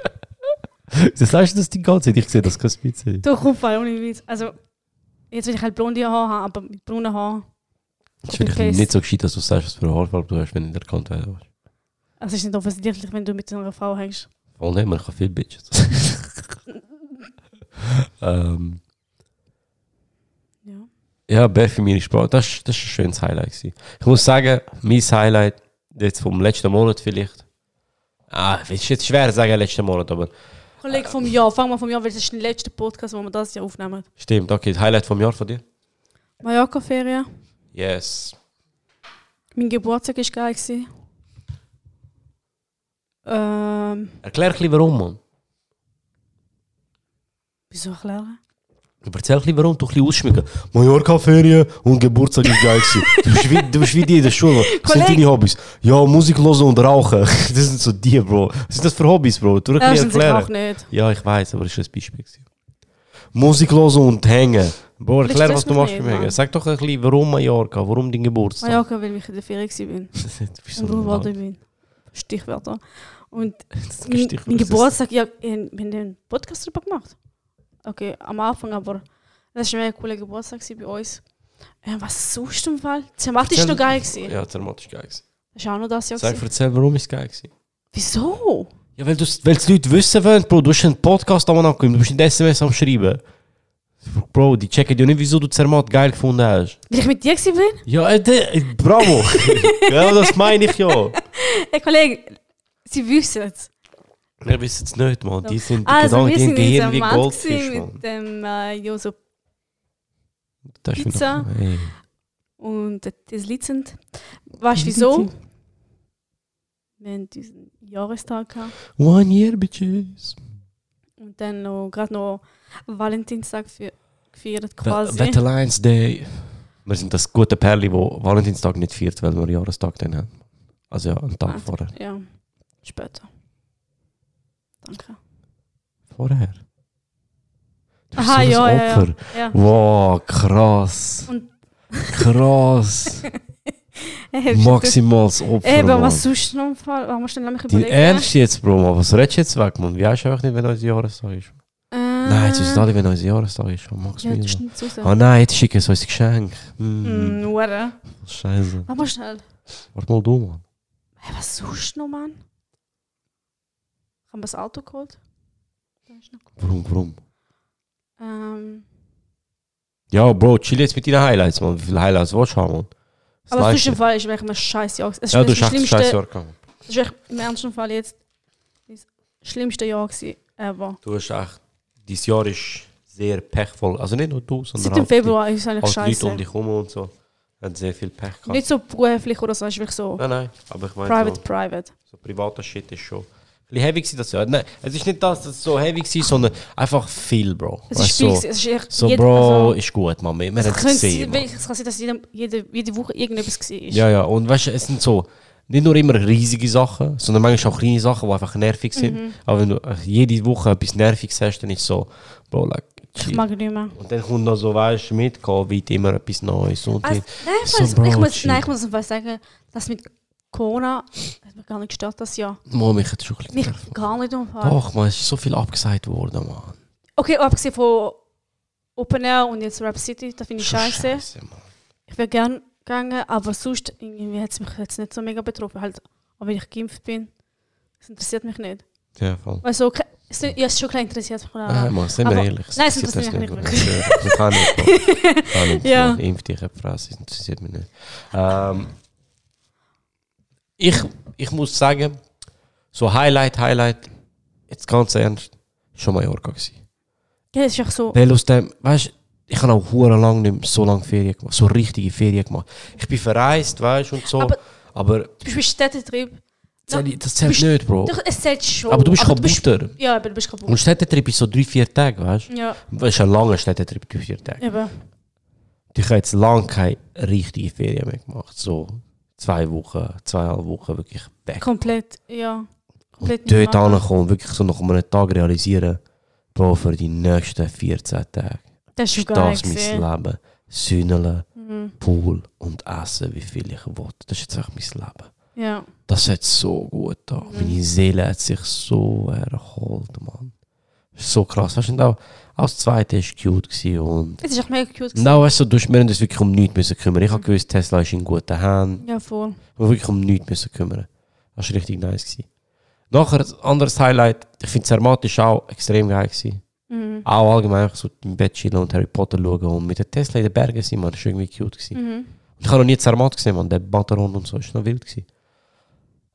Speaker 1: Das sagst du das die ganze Zeit. Ich sehe das ganz witzig.
Speaker 2: Doch, Unfall, ohne Witz. Also, jetzt will ich halt blonde Haare haben, aber mit braunen Haaren.
Speaker 1: Es ist vielleicht
Speaker 2: Copy-paste.
Speaker 1: nicht so gescheit, dass du sagst, was für eine Haarfarbe du hast, wenn du nicht erkannt werden willst.
Speaker 2: Also, es ist nicht offensichtlich, wenn du mit so einer Frau hängst.
Speaker 1: Voll nicht, man kann viel Bitches. ähm,
Speaker 2: Ja.
Speaker 1: Ja, Bär für mich Sprache. Das, ist- das ist ein schönes Highlight. Gewesen. Ich muss sagen, mein Highlight jetzt vom letzten Monat vielleicht. Ah, es ist jetzt schwer zu sagen, letzten Monat, aber
Speaker 2: Kollege vom Jahr, fang mal vom Jahr, weil es ist der letzte Podcast, wo wir das Jahr aufnehmen.
Speaker 1: stimmt, okay. Das Highlight vom Jahr von dir?
Speaker 2: Mallorca-Ferien.
Speaker 1: Yes.
Speaker 2: Mein Geburtstag war geil. gewesen. Ähm,
Speaker 1: Erklär ein bisschen warum, Mann.
Speaker 2: wieso erklären?
Speaker 1: Erzähl ein bisschen, warum du ein bisschen ausschmücken. Mallorca-Ferien und Geburtstag ist geil gewesen. Du bist wie, du bist wie die in der Schule. Was sind
Speaker 2: Kollege.
Speaker 1: deine Hobbys? Ja, Musik hören und rauchen. Das sind so die, Bro. Was sind das für Hobbys, Bro? Du
Speaker 2: Das
Speaker 1: kannst
Speaker 2: sind
Speaker 1: mir
Speaker 2: sie auch
Speaker 1: erklären.
Speaker 2: nicht.
Speaker 1: Ja, ich weiß, aber es war ein Beispiel. gewesen. Musik hören und hängen. Bro,
Speaker 2: Vielleicht
Speaker 1: erklär,
Speaker 2: weiß
Speaker 1: was du
Speaker 2: man
Speaker 1: machst
Speaker 2: nicht,
Speaker 1: beim Hängen.
Speaker 2: Mann.
Speaker 1: Sag doch ein bisschen, warum Mallorca? Warum dein Geburtstag?
Speaker 2: Mallorca, Ah weil ich in der Ferien war.
Speaker 1: du bist so
Speaker 2: und ruhig
Speaker 1: normal.
Speaker 2: geworden bin. Stichwörter. Und
Speaker 1: Das
Speaker 2: mein,
Speaker 1: Gesticht-
Speaker 2: mein
Speaker 1: das ist-
Speaker 2: Geburtstag, ja, ich habe den Podcast drüber gemacht. Okay, am Anfang, aber das war ein mega cooler Geburtstag gewesen bei uns. Äh, was sonst im Fall? Zermatt war
Speaker 1: Erzähl-
Speaker 2: noch geil. Gewesen.
Speaker 1: Ja, Zermatt ist geil. gewesen.
Speaker 2: Das war auch noch das Jahr.
Speaker 1: Sag,
Speaker 2: gewesen.
Speaker 1: erzähl, warum ist es geil gewesen?
Speaker 2: Wieso?
Speaker 1: Ja, weil es weil die Leute wissen wollen, Bro, du hast einen Podcast am Ankommen, du bist in der SMS am Schreiben. Bro, die checken ja nicht, wieso du Zermatt geil gefunden hast.
Speaker 2: Weil ich mit dir gewesen bin?
Speaker 1: Ja, äh, de, äh, bravo. ja, Genau das meine ich ja.
Speaker 2: Hey Kollege, sie wissen es.
Speaker 1: Wir wissen es nicht, Mann. Die sind die
Speaker 2: Also, wir
Speaker 1: Gedanken im
Speaker 2: sind in
Speaker 1: Gehirn wie
Speaker 2: Zermatt
Speaker 1: Goldfisch,
Speaker 2: gewesen
Speaker 1: Mann.
Speaker 2: mit dem äh, Josef
Speaker 1: Das ist
Speaker 2: Pizza.
Speaker 1: wieder- Ey.
Speaker 2: und der Litzend. Weißt du wieso? Wir haben diesen Jahrestag gehabt.
Speaker 1: One year, bitches.
Speaker 2: Und dann noch, gerade noch Valentinstag fe- gefeiert quasi.
Speaker 1: Veterans Day. Wir sind das gute Perli, wo Valentinstag nicht feiert, weil wir Jahrestag dann haben. Also ja, einen Tag
Speaker 2: Ah.
Speaker 1: vorher.
Speaker 2: ja, später. Danke.
Speaker 1: Vorher? Du bist
Speaker 2: Aha,
Speaker 1: so ein
Speaker 2: ja, ja, ja.
Speaker 1: Opfer.
Speaker 2: Ja.
Speaker 1: Wow, krass.
Speaker 2: Und-
Speaker 1: krass.
Speaker 2: Hey,
Speaker 1: Maximals Opfer.
Speaker 2: Ey, aber
Speaker 1: Mann.
Speaker 2: Äh, was sonst noch im Fall? Warum musst du denn nämlich
Speaker 1: Die
Speaker 2: überlegen?
Speaker 1: Ernst jetzt, Bro, Mann. was redest du jetzt weg, Mann? Wie hast du einfach nicht, wenn unser Jahrestag ist?
Speaker 2: Äh,
Speaker 1: Nein, jetzt ist es nicht, wenn unser Jahrestag ist. Oh, Max
Speaker 2: Ja,
Speaker 1: ja,
Speaker 2: du stimmst raus.
Speaker 1: Oh nein, jetzt schicken sie uns ein Geschenk. Mm,
Speaker 2: Mm, Hure.
Speaker 1: Scheiße.
Speaker 2: Mach mal schnell.
Speaker 1: Warte mal du, Mann.
Speaker 2: Hey, was sonst noch, Mann? Haben wir das Auto geholt? Da ist noch-
Speaker 1: Warum, warum?
Speaker 2: Ähm,
Speaker 1: Ja, Bro, chill jetzt mit deinen Highlights, Mann. Wie viele Highlights willst du haben, Mann? Das
Speaker 2: aber
Speaker 1: Leichte.
Speaker 2: sonst im Fall ist wirklich ein scheiß Jahr. gewesen. Es ist
Speaker 1: Ja, du
Speaker 2: das
Speaker 1: hast echt ein
Speaker 2: schlimmste-
Speaker 1: scheiß Jahr gehabt.
Speaker 2: Das ist wirklich im ernsten Fall jetzt das schlimmste Jahr gewesen ever.
Speaker 1: Du hast echt... Dein Jahr ist sehr pechvoll. Also nicht nur du, sondern
Speaker 2: Seit dem
Speaker 1: halt die-
Speaker 2: Februar ist es eigentlich
Speaker 1: als Leute
Speaker 2: scheiße.
Speaker 1: um dich herum und so. Hat sehr viel Pech gehabt.
Speaker 2: Nicht so beruflich oder so, es ist wirklich so
Speaker 1: Nein, nein, aber ich meine,
Speaker 2: private,
Speaker 1: so,
Speaker 2: private.
Speaker 1: so privater Shit ist schon. Ein bisschen heavy gewesen das Jahr. Nein, es ist nicht das, dass es so heavy war, sondern einfach viel, Bro.
Speaker 2: Es
Speaker 1: Weißt
Speaker 2: ist viel,
Speaker 1: du,
Speaker 2: gewesen, es ist echt
Speaker 1: so, so
Speaker 2: jed-
Speaker 1: Bro,
Speaker 2: also,
Speaker 1: ist gut, Mann. Wir, wir
Speaker 2: es
Speaker 1: haben es
Speaker 2: könnte
Speaker 1: gesehen.
Speaker 2: sein,
Speaker 1: Mann.
Speaker 2: wirklich, es kann sein, dass jede, jede, jede Woche irgendetwas war.
Speaker 1: Ja, ja, und weißt du, es sind so nicht nur immer riesige Sachen, sondern manchmal auch kleine Sachen, die einfach nervig sind.
Speaker 2: Mhm.
Speaker 1: Aber wenn du äh, jede Woche etwas Nerviges hast, dann ist so, Bro, like,
Speaker 2: Ich
Speaker 1: chill.
Speaker 2: mag nicht mehr.
Speaker 1: Und dann kommt noch so, weißt du, mit Covid immer etwas Neues. Und
Speaker 2: Also,
Speaker 1: hin.
Speaker 2: nein,
Speaker 1: So,
Speaker 2: ich,
Speaker 1: Bro,
Speaker 2: ich muss,
Speaker 1: chill.
Speaker 2: nein, ich muss einfach sagen, dass mit Corona hat mich gar nicht gestört das Jahr.
Speaker 1: Mann, mich hat schon ein bisschen
Speaker 2: Mich
Speaker 1: genervt.
Speaker 2: gar nicht umfahren.
Speaker 1: Doch, man, es ist so viel abgesagt worden, Mann.
Speaker 2: Okay, abgesehen von Open Air und jetzt Rap City, das finde ich
Speaker 1: Schon
Speaker 2: scheiße.
Speaker 1: Mann.
Speaker 2: Ich wäre gern gegangen, aber sonst irgendwie hat es mich jetzt nicht so mega betroffen. Halt, auch wenn ich geimpft bin, das interessiert mich nicht.
Speaker 1: Ja, voll.
Speaker 2: Also, ke- es ist ja, es ist schon klein interessiert. mich, aber-
Speaker 1: Nein, Mann, sind wir
Speaker 2: Ah. Aber-
Speaker 1: ehrlich.
Speaker 2: Nein, es
Speaker 1: interessiert
Speaker 2: interessiert
Speaker 1: uns
Speaker 2: mich
Speaker 1: nicht, Mann. Ich kann nicht, Mann. Ich kann nicht,
Speaker 2: Ja.
Speaker 1: Mann. Impf dich, Fresse, das interessiert mich nicht. Ähm, ich, ich muss sagen, so Highlight, Highlight, jetzt ganz ernst, ist schon Mallorca gewesen.
Speaker 2: Ja, es ist auch so.
Speaker 1: Weil aus dem, weißt du, ich habe auch hure lang nicht mehr so lange Ferien gemacht, so richtige Ferien gemacht. Ich bin verreist, weißt du, und so.
Speaker 2: Aber-
Speaker 1: Aber,
Speaker 2: Du bist bei Städtetrieb.
Speaker 1: zähl- das zählt
Speaker 2: bist-
Speaker 1: nicht, Bro.
Speaker 2: Doch, es zählt schon.
Speaker 1: Aber du bist kaputter.
Speaker 2: Ja, aber du bist kaputt.
Speaker 1: Und Städtetrip ist so drei, vier Tage, weißt du?
Speaker 2: Ja,
Speaker 1: Das ist ein langer Städtetrip, drei, vier Tage.
Speaker 2: eben.
Speaker 1: Ich habe jetzt lange keine richtige Ferien mehr gemacht. So zwei Wochen, zweieinhalb Wochen wirklich weg.
Speaker 2: Komplett, ja. Komplett
Speaker 1: Und dort
Speaker 2: nicht machen.
Speaker 1: ankommen, wirklich so nach einem Tag realisieren, Bro, für die nächsten 14 Tage
Speaker 2: Das ist schon
Speaker 1: ist
Speaker 2: geil.
Speaker 1: das mein
Speaker 2: gewesen.
Speaker 1: Leben. Sünneln,
Speaker 2: Mhm.
Speaker 1: Pool und Essen, wie viel ich will. Das ist jetzt echt mein Leben.
Speaker 2: Ja.
Speaker 1: Das hat so gut da.
Speaker 2: Mhm.
Speaker 1: Meine Seele hat sich so erholt, Mann. So krass. Weißt du, und auch, auch das zweite war cute gewesen und
Speaker 2: Es ist auch mega cute. gewesen.
Speaker 1: Nein, weißt du, du hast mir um das wirklich um nichts müssen kümmern. Ich habe gewusst, Tesla ist in guten Händen.
Speaker 2: Ja, voll.
Speaker 1: Ich habe wirklich um nichts müssen kümmern. Das war richtig nice. Gewesen. Nachher ein anderes Highlight. Ich finde Zermatt ist auch extrem geil. Gewesen.
Speaker 2: Mhm.
Speaker 1: Auch allgemein einfach so im Bett chillen und Harry Potter schauen und mit der Tesla in den Bergen sein, man, das war irgendwie cute. Gewesen.
Speaker 2: Mhm.
Speaker 1: Ich habe noch nie Zermatt gesehen, man, der Batteron und so, ist noch wild. Gewesen.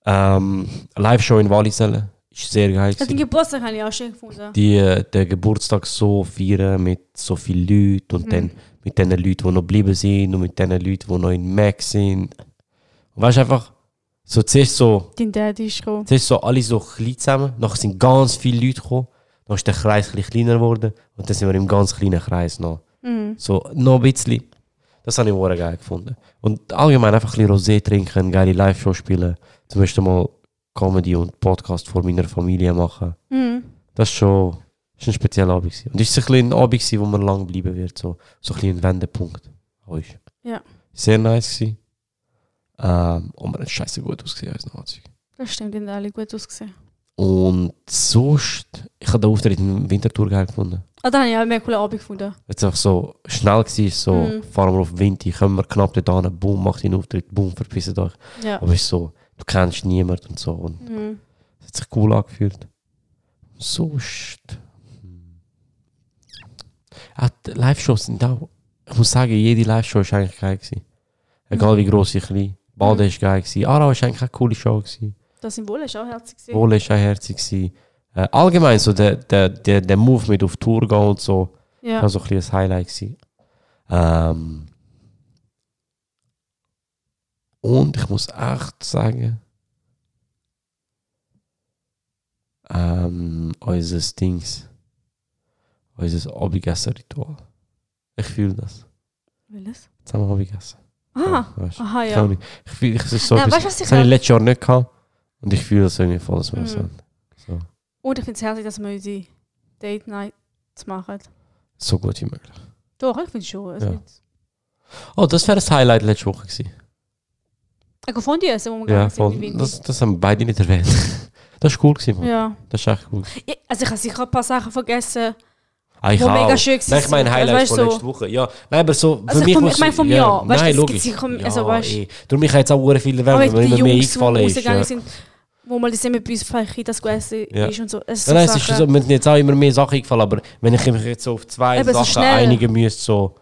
Speaker 1: Ähm, Live-Show in Wallisellen ist sehr geil.
Speaker 2: Ja,
Speaker 1: Gewesen
Speaker 2: den Geburtstag habe ich auch schön gefunden.
Speaker 1: die, äh, den Geburtstag so feiern mit so vielen Leuten und dann mit den Leuten, die noch geblieben sind und mit den Leuten, die noch in Mac sind. Und weißt du, einfach, so zuerst so,
Speaker 2: Dein Dad ist gekommen.
Speaker 1: zuerst so alle so klein zusammen, nachher sind ganz viele Leute gekommen, Dann ist der Kreis ein bisschen kleiner geworden und dann sind wir im ganz kleinen Kreis noch.
Speaker 2: Mhm.
Speaker 1: So, noch ein bisschen. Das habe ich auch geil gefunden. Und allgemein einfach ein bisschen Rosé trinken, geile Live-Show spielen, zum ersten Mal Comedy und Podcast vor meiner Familie machen.
Speaker 2: Mhm.
Speaker 1: Das ist schon das ist ein spezieller Abend. gewesen. Und es war ein, bisschen ein Abend, gewesen, wo man lang bleiben wird. So, so ein, bisschen ein Wendepunkt. auch ist.
Speaker 2: Ja.
Speaker 1: Sehr nice. Gewesen. Ähm, und man hat scheiße gut ausgesehen als Nazi.
Speaker 2: Das stimmt, die haben alle gut ausgesehen.
Speaker 1: Und sonst, ich habe den Auftritt im Winterthur geil gefunden.
Speaker 2: Ah, dann habe ich auch einen mega coolen Abend gefunden.
Speaker 1: Jetzt einfach so schnell war, so
Speaker 2: Mhm.
Speaker 1: fahren wir auf Winter, kommen wir knapp dort hin, boom, macht den Auftritt, boom, verpissen euch.
Speaker 2: Ja.
Speaker 1: Aber es ist so, du kennst niemanden und so. Und
Speaker 2: Mhm.
Speaker 1: es hat sich cool angefühlt. Sonst. hm. Auch Ah, die Live-Shows sind auch. Ich muss sagen, jede Live-Show war eigentlich geil. Gewesen. Egal wie gross ich klein. Bade war geil. Gewesen. Aarau war eigentlich eine coole Show. Gewesen.
Speaker 2: Das Symbol ist auch herzig. gewesen.
Speaker 1: Wohle war auch herzig. Gewesen. Äh, allgemein so der, der, der, der Move mit auf Tour gehen und so. Das
Speaker 2: Ja.
Speaker 1: war so ein bisschen ein Highlight. Gewesen. Ähm, und ich muss echt sagen, ähm, unser Dings, unser Abendessen-Ritual. Ich fühle das.
Speaker 2: Welches?
Speaker 1: Zusammen Abendessen.
Speaker 2: Ah,
Speaker 1: Ja, weißt du.
Speaker 2: aha,
Speaker 1: Ich kann
Speaker 2: ja.
Speaker 1: nicht- Ich fühle, ich, es ist so
Speaker 2: Nein,
Speaker 1: etwas-
Speaker 2: weißt du, was ich
Speaker 1: das habe ich
Speaker 2: grad-
Speaker 1: letztes Jahr nicht gehabt. Und ich fühle das irgendwie voll, dass wir das
Speaker 2: Mhm.
Speaker 1: haben. So,
Speaker 2: Und Oh, ich finde es herzig, dass wir unsere Date Nights machen.
Speaker 1: so gut wie möglich.
Speaker 2: Doch, ich finde es schon. Es
Speaker 1: Ja.
Speaker 2: wird-
Speaker 1: Oh, das wäre das Highlight letzte Woche gewesen.
Speaker 2: Ich habe von dir essen, wo wir
Speaker 1: Ja,
Speaker 2: gegangen sind,
Speaker 1: voll.
Speaker 2: in Winter.
Speaker 1: Das, das haben wir beide nicht erwähnt. Das war cool, gewesen, Mann.
Speaker 2: Ja.
Speaker 1: Das war echt cool.
Speaker 2: Ja, Also ich habe sicher ein paar Sachen vergessen,
Speaker 1: Ah, ich
Speaker 2: die mega
Speaker 1: auch.
Speaker 2: schön waren.
Speaker 1: Nein, ich meine Highlights
Speaker 2: Weißt du,
Speaker 1: von
Speaker 2: so-
Speaker 1: letzter Woche. Ja, nein, aber so,
Speaker 2: Also ich komm- ich
Speaker 1: muss-
Speaker 2: meine vom Jahr. Weißt du,
Speaker 1: nein,
Speaker 2: es gibt
Speaker 1: logisch.
Speaker 2: sicher-
Speaker 1: ja,
Speaker 2: also weißt du-
Speaker 1: eh. Darum, ich habe jetzt auch sehr viel erwähnt,
Speaker 2: Aber
Speaker 1: weil mir
Speaker 2: die
Speaker 1: immer mehr
Speaker 2: Jungs, die
Speaker 1: eingefallen ist. Ja.
Speaker 2: rausgegangen sind, wo mal das immer bei uns vielleicht das gegessen
Speaker 1: Ja.
Speaker 2: ist und so. Es ist so
Speaker 1: nein, es ist
Speaker 2: Sachen.
Speaker 1: so, mir sind jetzt auch immer mehr Sachen eingefallen, aber wenn ich mich jetzt so auf zwei
Speaker 2: Eben, so
Speaker 1: Sachen
Speaker 2: schnell.
Speaker 1: einigen müsste, so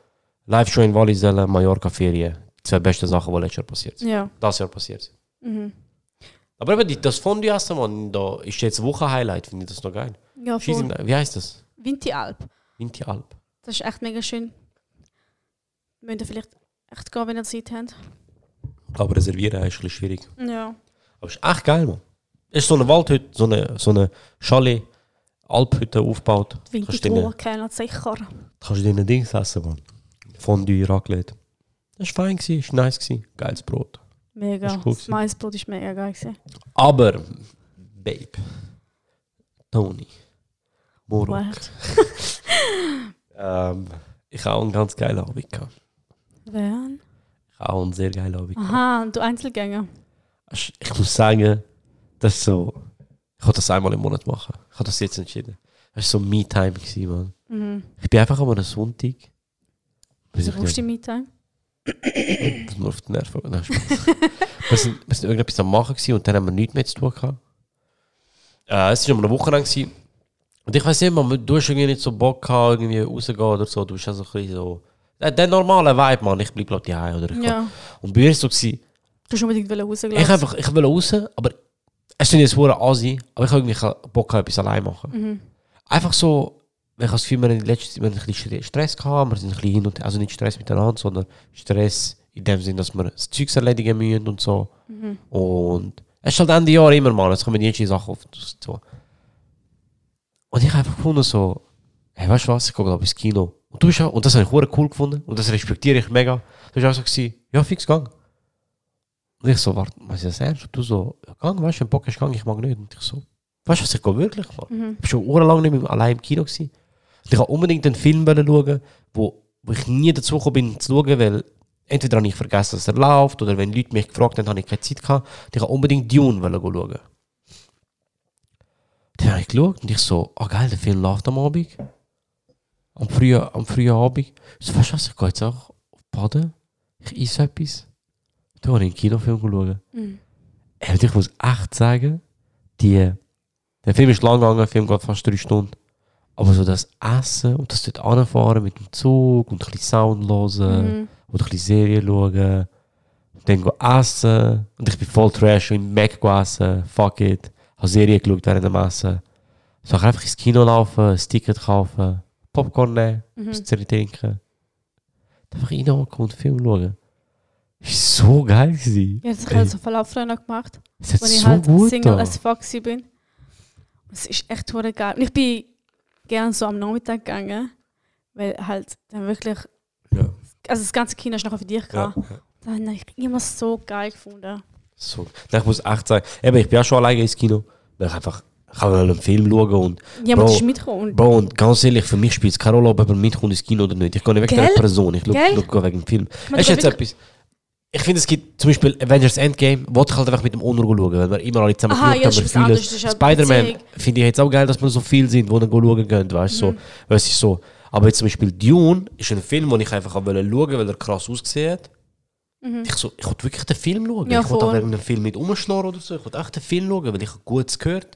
Speaker 1: Live-Show in Walliselle, Mallorca-Ferien, die zwei besten Sachen, die letztes Jahr passiert sind.
Speaker 2: Ja.
Speaker 1: Das Jahr passiert sind.
Speaker 2: Mhm.
Speaker 1: Aber eben, die- das Fondue-Essen, Mann, da ist jetzt Woche-Highlight, finde ich das noch geil.
Speaker 2: Ja,
Speaker 1: Scheiss,
Speaker 2: voll.
Speaker 1: Wie heißt das?
Speaker 2: Winteralp.
Speaker 1: Vinti Alp.
Speaker 2: Das ist echt mega schön. Müsst ihr vielleicht echt gehen, wenn ihr Zeit habt.
Speaker 1: Aber reservieren ist ein bisschen schwierig.
Speaker 2: Ja.
Speaker 1: Aber ist echt geil, man. Ist so eine Waldhütte, so eine, so eine Chalet, Alphütte aufgebaut.
Speaker 2: Die
Speaker 1: Kannst du denen-
Speaker 2: Wintertour kennen sicher.
Speaker 1: kannst du dir Dings essen, man. Fondue, Raclette. Das war fein, gewesen, ist nice. Gewesen. Geiles Brot.
Speaker 2: Mega.
Speaker 1: Ist cool
Speaker 2: Das Maisbrot ist mega geil. Gewesen.
Speaker 1: Aber, Babe, Tony, Moro,
Speaker 2: What?
Speaker 1: ähm, ich habe auch einen ganz geilen Abend gehabt.
Speaker 2: Wer?
Speaker 1: Ich habe auch einen sehr geilen Abend gehabt.
Speaker 2: Aha, du Einzelgänger.
Speaker 1: Asch, Ich muss sagen, das ist so. Ich wollte das einmal im Monat machen. Ich habe das jetzt entschieden. Das war so Me-Time, gewesen, man.
Speaker 2: Mhm.
Speaker 1: Ich bin einfach an einem Sonntag.
Speaker 2: Wieso brauchst du die Meetime?
Speaker 1: Das nur auf die Nerven. Nein, Spaß. wir sind, wir sind irgendetwas am Machen gewesen und dann haben wir nichts mehr zu tun gehabt. Äh, es war um eine Woche lang. Gewesen. Und ich weiß nicht, man, du hast irgendwie nicht so Bock gehabt, irgendwie rauszugehen oder so. Du bist auch so ein bisschen so. Der, der normale Vibe, Mann. Ich bleib, glaub, die oder ich
Speaker 2: Ja.
Speaker 1: geh- Und bei mir war es so, gewesen,
Speaker 2: Du hast unbedingt rausgelassen.
Speaker 1: ich einfach, ich will raus, aber es sind jetzt hure Asi, aber ich habe irgendwie Bock gehabt, etwas allein machen.
Speaker 2: Mhm.
Speaker 1: Einfach so, ich habe das Gefühl, wir haben in letzter Zeit wir haben ein bisschen Stress gehabt, wir sind ein bisschen hin und also nicht Stress miteinander, sondern Stress in dem Sinn, dass wir das Zeugs erledigen müssen und so.
Speaker 2: Mhm.
Speaker 1: Und es ist halt Ende Jahr immer mal, es kommen jede Sachen auf uns zu. Und ich habe einfach gefunden so, hey, weißt du was, ich gehe glaube ins Kino. Und du bist auch, und das habe ich hure cool gefunden und das respektiere ich mega. Du hast auch so gewesen, ja fix, gang. Und ich so, warte, was ist das ernst? Und du so, ja, gang, weißt du, wenn Bock hast, gang, ich mag nicht. Und ich so, weißt du was, ich gehe wirklich, Mann.
Speaker 2: Mhm.
Speaker 1: Ich war schon urlang nicht mehr allein im Kino. Gewesen. Und ich wollte unbedingt einen Film wollen schauen, wo, wo ich nie dazu gekommen bin zu schauen, weil entweder habe ich vergessen, dass er läuft, oder wenn Leute mich gefragt haben, habe ich keine Zeit gehabt. Und ich wollte unbedingt Dune wollen go schauen. Dann habe ich geschaut und ich so, ah geil, der Film läuft am Abend. Am frühen, am frühen Abend. Ich so, weißt du was, ich gehe jetzt auch auf die Baden, ich esse etwas. Dann habe ich einen Kinofilm geschaut.
Speaker 2: Mhm.
Speaker 1: Ey, Und ich muss echt sagen, die, der Film ist lang gegangen, der Film geht fast drei Stunden. Aber so das Essen und das dort anfahren mit dem Zug und ein bisschen Sound hören
Speaker 2: Mhm.
Speaker 1: und ein bisschen Serien schauen. Und dann go essen. Und ich bin voll trash im Mac gegessen. Fuck it. Habe Serien geschaut während dem Essen. So ich kann einfach ins Kino laufen, ein Ticket kaufen, Popcorn nehmen,
Speaker 2: Mhm.
Speaker 1: was zu trinken. Einfach reinhocken und einen Film schauen. Ist so geil gewesen.
Speaker 2: Ja, das habe ich
Speaker 1: Ey.
Speaker 2: halt so voll auf Freunde gemacht.
Speaker 1: Es hat
Speaker 2: als ich
Speaker 1: so
Speaker 2: halt
Speaker 1: gut
Speaker 2: Single
Speaker 1: getan.
Speaker 2: as fuck war. bin. Es ist echt hure geil. Und ich bin gern so am Nachmittag gegangen, weil halt dann wirklich,
Speaker 1: Ja.
Speaker 2: also das ganze Kind ist nachher für dich
Speaker 1: Ja.
Speaker 2: gehabt. Das habe ich immer so geil gefunden.
Speaker 1: So. Nein, ich muss echt sagen, eben, ich bin auch schon alleine ins Kino. Weil ich einfach ich kann einen Film schauen und.
Speaker 2: Ja, aber
Speaker 1: Bro,
Speaker 2: das ist mitgekommen. Und
Speaker 1: Bro, und ganz ehrlich, für mich spielt es keine Rolle, ob jemand mitkommt ins Kino oder nicht. Ich gehe nicht wegen
Speaker 2: Gell?
Speaker 1: der Person, ich schaue
Speaker 2: Gell?
Speaker 1: schaue wegen dem Film.
Speaker 2: Man
Speaker 1: Es ist
Speaker 2: kann
Speaker 1: jetzt etwas. Ich finde, es gibt zum Beispiel Avengers Endgame, wollte ich halt einfach mit dem Unruhe schauen, weil wir immer alle zusammen
Speaker 2: Aha, ja,
Speaker 1: geschaut
Speaker 2: das ist was
Speaker 1: haben. wir
Speaker 2: anderes, das
Speaker 1: fühlen
Speaker 2: ist
Speaker 1: es.
Speaker 2: halt
Speaker 1: Spider-Man
Speaker 2: Beziehung.
Speaker 1: finde ich jetzt auch geil, dass wir so viel sind, die dann schauen gehen, weißt du? So,
Speaker 2: Mhm.
Speaker 1: weil es ist so. Aber jetzt zum Beispiel Dune ist ein Film, den ich einfach auch wollte schauen weil er krass ausgesehen hat. Ich, so, ich wollte wirklich den Film schauen.
Speaker 2: Ja,
Speaker 1: ich wollte auch
Speaker 2: voll.
Speaker 1: irgendeinen Film mit rumschnorren oder so. Ich wollte echt den Film schauen, weil ich habe Gutes gehört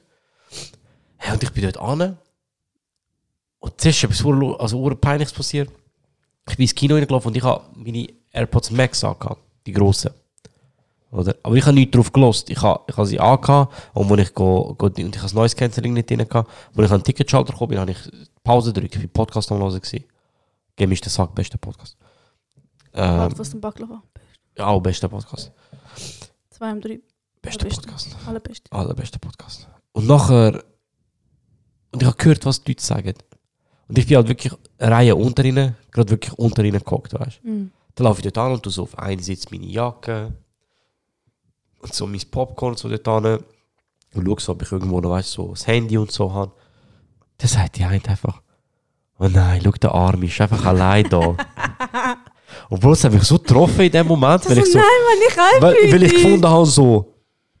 Speaker 1: Hey, und ich bin dort an. Und zuerst ist etwas ur- also ur- peinliches passiert. Ich bin ins Kino reingelaufen und ich habe meine AirPods Max angehabt, die grossen. Oder? Aber ich habe nichts drauf gelost. Ich habe, ich habe sie angehabt und, wo ich go, go, und ich habe das Noise Cancelling nicht drin gehabt. Als ich an den Ticketschalter gekommen bin, habe ich Pause gedrückt. Ich war Podcast am Hören. gewesen. Game ist der Sack, bester Podcast. Ähm,
Speaker 2: was zum Baklava.
Speaker 1: ja, auch bester Podcast.
Speaker 2: Zwei und drei.
Speaker 1: Bester
Speaker 2: Beste.
Speaker 1: Podcast.
Speaker 2: Allerbeste.
Speaker 1: Allerbester Podcast. Und nachher. Und ich habe gehört, was die Leute sagen. Und ich bin halt wirklich eine Reihe unter ihnen, gerade wirklich unter ihnen gehockt, weißt du.
Speaker 2: Mhm.
Speaker 1: Dann laufe ich dort an und tu so auf einen Sitz meine Jacke und so mein Popcorn so dort an und schaue so, ob ich irgendwo noch, weißt du, so das Handy und so habe. Dann sagt die eine einfach, oh nein, schau, der Arme ist einfach allein da. und bloß habe ich so getroffen in dem Moment, weil ich so...
Speaker 2: nein, Mann, ich auch
Speaker 1: Weil, weil ich gefunden habe, so,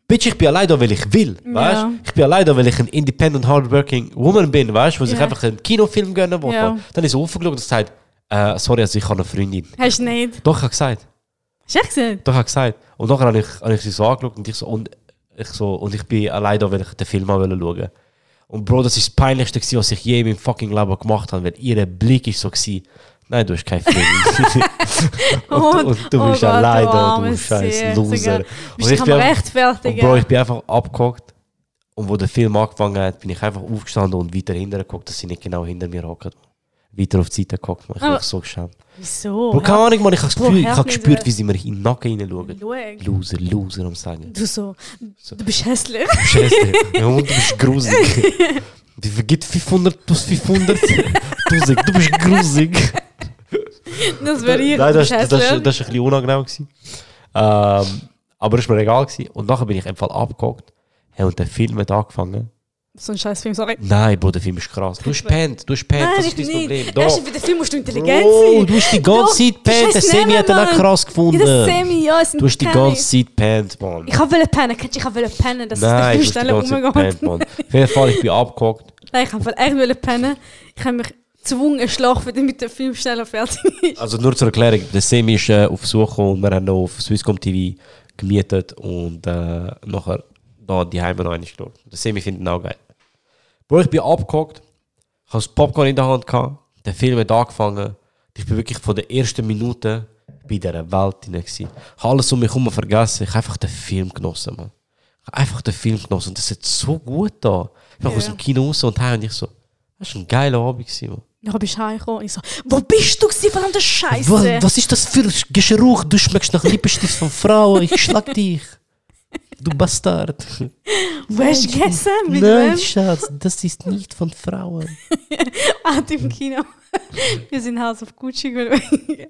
Speaker 1: Bitch, ich bin allein da, weil ich will. Weißt?
Speaker 2: Ja.
Speaker 1: Ich bin allein da, weil ich ein independent, hardworking woman bin, weißt du, wo sich
Speaker 2: Ja.
Speaker 1: einfach einen Kinofilm gönnen wollte.
Speaker 2: Ja.
Speaker 1: Dann ist sie aufgeschaut und sagt, äh, sorry, also ich habe eine Freundin.
Speaker 2: Hast du nicht.
Speaker 1: Doch, ich habe gesagt.
Speaker 2: Hast du echt gesehen?
Speaker 1: Doch, ich habe gesagt. Und nachher habe ich, habe ich sie so angeschaut und ich so, und ich so, und ich bin allein da, weil ich den Film auch wollte schauen. Und Bro, das ist das Peinlichste, gewesen, was ich je in meinem fucking Leben gemacht habe, weil ihr Blick ist so gewesen, nein, du hast keine Freundin. und, und du
Speaker 2: oh
Speaker 1: bist
Speaker 2: Gott,
Speaker 1: allein da, du
Speaker 2: armes
Speaker 1: scheiß
Speaker 2: Herz,
Speaker 1: Loser.
Speaker 2: egal.
Speaker 1: Und
Speaker 2: Bist du
Speaker 1: ich bin einfach-
Speaker 2: kann
Speaker 1: Und
Speaker 2: rechtfertigen?
Speaker 1: Bro, ich bin einfach abgehockt. Und wo der Film angefangen hat, bin ich einfach aufgestanden und weiter hinterher geguckt, dass sie nicht genau hinter mir hocken. Weiter auf die Seite geguckt, man. Ich
Speaker 2: Aber-
Speaker 1: bin so geschämt.
Speaker 2: Wieso?
Speaker 1: Bro, keine Ahnung, man. Ich habe
Speaker 2: Bro,
Speaker 1: Gefühl, ich
Speaker 2: hör
Speaker 1: habe
Speaker 2: nicht
Speaker 1: gespürt,
Speaker 2: so.
Speaker 1: wie sie mir in den Nacken reinschauen.
Speaker 2: Schau.
Speaker 1: Loser, Loser am Sagen.
Speaker 2: Du so,
Speaker 1: So.
Speaker 2: du bist hässlich.
Speaker 1: Scheiße. Ja, und du bist grusig. Die vergibt 500 plus 500. 1000. Du bist grusig.
Speaker 2: Das wäre ich.
Speaker 1: Nein,
Speaker 2: du
Speaker 1: das,
Speaker 2: bist
Speaker 1: das, das, das
Speaker 2: hässlich.
Speaker 1: ist ein bisschen unangenehm. Gewesen. Ähm, aber das war mir egal. Gewesen. Und nachher bin ich einfach abgehockt. Hey, und der Film hat angefangen.
Speaker 2: So ein scheiß Film, sorry.
Speaker 1: Nein, Bro, der Film ist krass. Du hast pennt, du hast pennt,
Speaker 2: Nein,
Speaker 1: das
Speaker 2: ich
Speaker 1: ist dein Problem.
Speaker 2: nicht.
Speaker 1: Doch.
Speaker 2: Erst für den Film musst du intelligent
Speaker 1: Bro,
Speaker 2: sein.
Speaker 1: du hast die ganze
Speaker 2: Doch,
Speaker 1: Zeit pennt. Der
Speaker 2: scheiß
Speaker 1: Semi hat den
Speaker 2: Namen,
Speaker 1: auch krass
Speaker 2: Ja,
Speaker 1: gefunden.
Speaker 2: das Semi, ja, es sind
Speaker 1: du hast die
Speaker 2: keine-
Speaker 1: ganze Zeit pennt, Mann.
Speaker 2: Ich wollte pennen, kennst du? Ich wollte pennen, dass
Speaker 1: Nein, du
Speaker 2: es
Speaker 1: hast
Speaker 2: auf
Speaker 1: die
Speaker 2: der
Speaker 1: ganze Zeit
Speaker 2: Stelle
Speaker 1: pennt,
Speaker 2: rumgeht.
Speaker 1: Mann. Auf jeden Fall, ich bin abgehockt.
Speaker 2: Nein, ich wollte echt wollen pennen. Ich habe mich gezwungen, einen Schlag, damit der Film schneller fertig ist.
Speaker 1: Also nur zur Erklärung, der Semi ist äh, auf Suche und wir haben noch auf Swisscom TV gemietet und äh, nachher da die Heime noch einmal geschaut. Der Semi findet ihn auch geil. Bro, ich bin abgehockt, ich habe das Popcorn in der Hand gehabt, der Film hat angefangen. Ich bin wirklich von der ersten Minute bei dieser Welt hinein. gewesen. Ich habe alles um mich herum vergessen, ich habe einfach den Film genossen, Mann. Ich habe einfach den Film genossen und das hat so gut da. Ich bin
Speaker 2: Ja.
Speaker 1: aus dem Kino raus und heim und ich so, das war ein geiler Abend, gewesen, Mann.
Speaker 2: Dann bin ich heimgekommen und ich so, wo bist du gewesen, verdammte Scheiße?
Speaker 1: Was, was ist das für Geruch? Du schmeckst nach Lippenstift von Frauen. Ich schlag dich. Du Bastard.
Speaker 2: Wo hast du gegessen? Mit
Speaker 1: Nein,
Speaker 2: wem?
Speaker 1: Schatz, das ist nicht von Frauen.
Speaker 2: Art Ah, im Kino. Wir sind House of Gucci gewesen.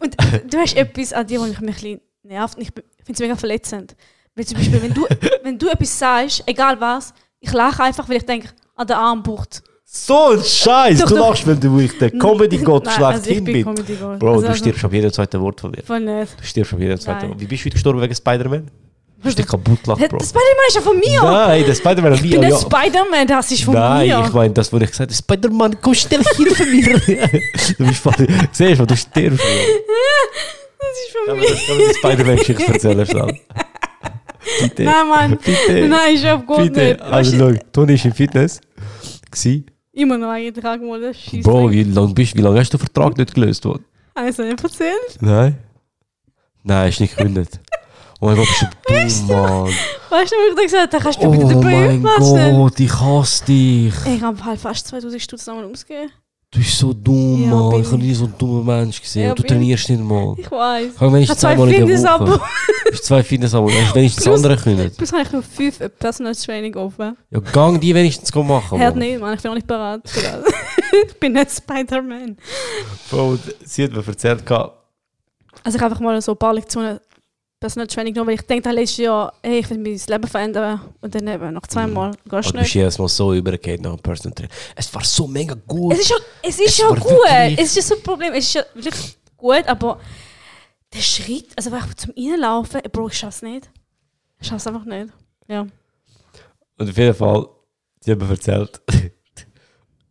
Speaker 2: Und du hast etwas an dir, was mich ein bisschen nervt. Und ich finde es mega verletzend. Weil zum Beispiel, wenn du, wenn du etwas sagst, egal was, ich lache einfach, weil ich denke, an der Armbucht.
Speaker 1: So ein Scheiß.
Speaker 2: Doch,
Speaker 1: Du
Speaker 2: doch.
Speaker 1: lachst, weil du ich der Comedy-Gott
Speaker 2: Nein, also
Speaker 1: schlechthin
Speaker 2: ich bin
Speaker 1: bin.
Speaker 2: Comedy Gold.
Speaker 1: Bro,
Speaker 2: also,
Speaker 1: du stirbst ab jedem zweiten Wort von mir.
Speaker 2: Voll nicht.
Speaker 1: Du stirbst ab jedem zweiten
Speaker 2: Nein.
Speaker 1: Wort. Wie bist du heute gestorben wegen Spider-Man? Du hast dich kaputt gelacht,
Speaker 2: Hey,
Speaker 1: Bro.
Speaker 2: Das Spider-Man ist ja von mir.
Speaker 1: Nein, der Spider-Man hat
Speaker 2: ich
Speaker 1: nie.
Speaker 2: bin
Speaker 1: oh,
Speaker 2: ein
Speaker 1: ja.
Speaker 2: Spider-Man, das ist von
Speaker 1: Nein,
Speaker 2: mir.
Speaker 1: ich meine, das wurde ich gesagt. habe, Spider-Man, komm schnell hilf mir. du bist voll. Siehst du, du stirbst. Bro.
Speaker 2: das ist von
Speaker 1: Kann man
Speaker 2: mir.
Speaker 1: das, kann man das Spider-Man-Geschichte erzählen, Stan? Bitte.
Speaker 2: Nein, Mann.
Speaker 1: bitte.
Speaker 2: Nein, ich hab gut nicht.
Speaker 1: bitte. Also,
Speaker 2: Weißt du,
Speaker 1: schau, Toni ist im Fitness. Gsi.
Speaker 2: Immer noch eingetragen worden. Scheisse.
Speaker 1: Bro, wie lange bist wie lange hast du den Vertrag nicht gelöst? worden?
Speaker 2: Also, nicht erzählt.
Speaker 1: Nein. Nein, ist nicht gekündigt. Oh mein Gott, bist du dumm, Mann.
Speaker 2: Weißt du, was ich dir gesagt habe? Kannst du
Speaker 1: Oh
Speaker 2: bitte den
Speaker 1: mein
Speaker 2: Brief machen?
Speaker 1: Gott, ich hasse dich.
Speaker 2: Ich habe halt fast 2000 Stutz nochmal ausgegeben.
Speaker 1: Du bist so dumm,
Speaker 2: Ja,
Speaker 1: Mann.
Speaker 2: bin
Speaker 1: Ich habe
Speaker 2: ich.
Speaker 1: nie so einen dummen Mensch gesehen.
Speaker 2: Ja,
Speaker 1: Und du
Speaker 2: bin ich.
Speaker 1: trainierst nicht mal.
Speaker 2: Ich weiß.
Speaker 1: Ich habe
Speaker 2: Ich
Speaker 1: wenigstens
Speaker 2: habe zwei
Speaker 1: zweimal in der
Speaker 2: Fitnessabo.
Speaker 1: Woche. Du hast zwei Fitnessabo. Du hast wenigstens das
Speaker 2: Plus-
Speaker 1: andere können.
Speaker 2: Plus habe ich nur fünf äh, Personal Training offen.
Speaker 1: Ja, gang die wenigstens machen.
Speaker 2: Hört
Speaker 1: Mann.
Speaker 2: nicht, Mann, ich bin auch nicht bereit für das. ich bin nicht Spider-Man.
Speaker 1: Bro, sie hat mir erzählt, gehabt,
Speaker 2: Also ich habe einfach mal so ein paar Lektionen Personal Training genommen, weil ich denke, letztes Jahr, hey, ich will mein Leben verändern. Und dann eben noch zweimal, gehst
Speaker 1: oh,
Speaker 2: du
Speaker 1: du bist
Speaker 2: nicht.
Speaker 1: jedes Mal so übergeht nach dem Personal Trainer. Es war so mega gut.
Speaker 2: Es ist schon, es ist
Speaker 1: Es
Speaker 2: schon
Speaker 1: war
Speaker 2: gut,
Speaker 1: wirklich-
Speaker 2: es ist schon so ein Problem, es ist schon wirklich gut, aber der Schritt, also einfach zum Reinlaufen, ey, Bro, ich schaff's nicht. Ich schaff's einfach nicht. Ja.
Speaker 1: Und auf jeden Fall, sie haben mir erzählt,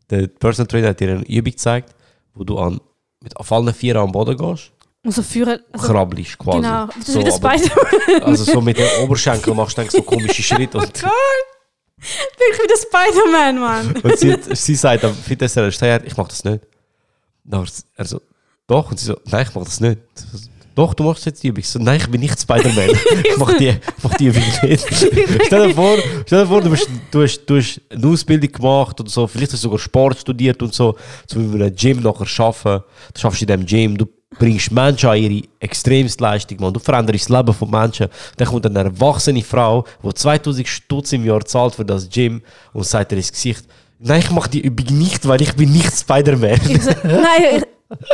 Speaker 1: der Personal Trainer hat dir eine Übung gezeigt, wo du an, mit auf allen vier am Boden gehst,
Speaker 2: Und so führen, also,
Speaker 1: krabbelst quasi.
Speaker 2: genau, das
Speaker 1: So,
Speaker 2: ist wie der
Speaker 1: aber-
Speaker 2: Spider-Man. Oh
Speaker 1: also so mit den Oberschenkeln machst du dann so komische also Schritte. Und,
Speaker 2: Wirklich wie der Spider-Man, Mann.
Speaker 1: und sie, hat- sie sagt am Fitnesslehrer, Steher, ich mach das nicht. Dann er so, doch. Und sie so, nein, ich mach das nicht. Doch, du machst jetzt die Übung. Ich So, nein, ich bin nicht Spider-Man. Ich mach die, ich mach die Übung nicht. stell dir vor, stell dir vor du, bist, du, hast, du hast eine Ausbildung gemacht oder so, vielleicht hast du sogar Sport studiert und so, zum in einem Gym nachher arbeiten. Du schaffst in diesem Gym, du bringst Menschen an ihre extremste Leistung, man. du veränderst das Leben von Menschen. Dann kommt eine erwachsene Frau, die 2000 Stutz im Jahr zahlt für das Gym und sagt dir ins Gesicht, nein, ich mache die Übung nicht, weil ich bin nicht Spider-Man.
Speaker 2: Ich so, nein, ich,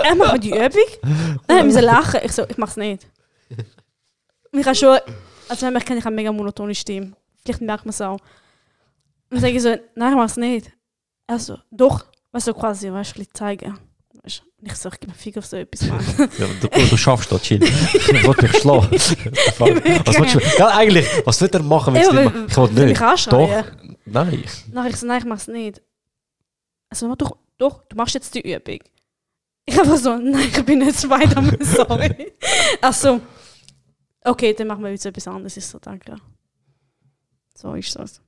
Speaker 2: er macht mir die Übung. Dann musste ich lachen. Ich so, ich mach's nicht. Und ich habe schon, also wenn man mich kennt, ich habe eine mega monotone Stimme. Vielleicht merkt man es auch. Und dann sage ich so, nein, ich mach's nicht. Er so, doch. Weißt du, quasi, weißt du, ein bisschen zeigen. Weißt du, Und ich so, ich gebe mir Finger auf so etwas. Mann.
Speaker 1: Ja, du, du schaffst das, chill. Ich wollte mich schlagen. was willst du, ja, eigentlich, was will er machen, wenn es
Speaker 2: Ja,
Speaker 1: nicht
Speaker 2: weil-
Speaker 1: macht? Ich wollte
Speaker 2: weil
Speaker 1: nicht.
Speaker 2: mich anschreien.
Speaker 1: Doch, nein.
Speaker 2: Nachher ich so, nein, ich mach's nicht. Also, doch, doch, du machst jetzt die Übung. Ich einfach so, nein, ich bin nicht weiter, sorry. Also, okay, dann machen wir jetzt etwas anderes. Ich so, danke. So ist das.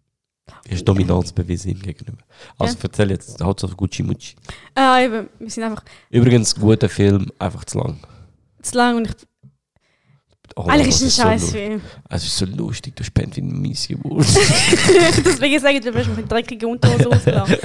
Speaker 1: ist Dominanzbeweis ihm gegenüber. Also
Speaker 2: Ja.
Speaker 1: erzähl jetzt, haut auf Gucci Mucci.
Speaker 2: Äh, eben, wir sind einfach
Speaker 1: Übrigens, guter Film, einfach zu lang.
Speaker 2: zu lang und ich,
Speaker 1: Oh,
Speaker 2: eigentlich ist
Speaker 1: das
Speaker 2: es ein scheiß
Speaker 1: so lu-
Speaker 2: Film.
Speaker 1: Es ist so lustig, du spendest wie eine miese Wurst.
Speaker 2: Deswegen sage ich, du wirst mit dreckigen Unterhosen rauslaufen.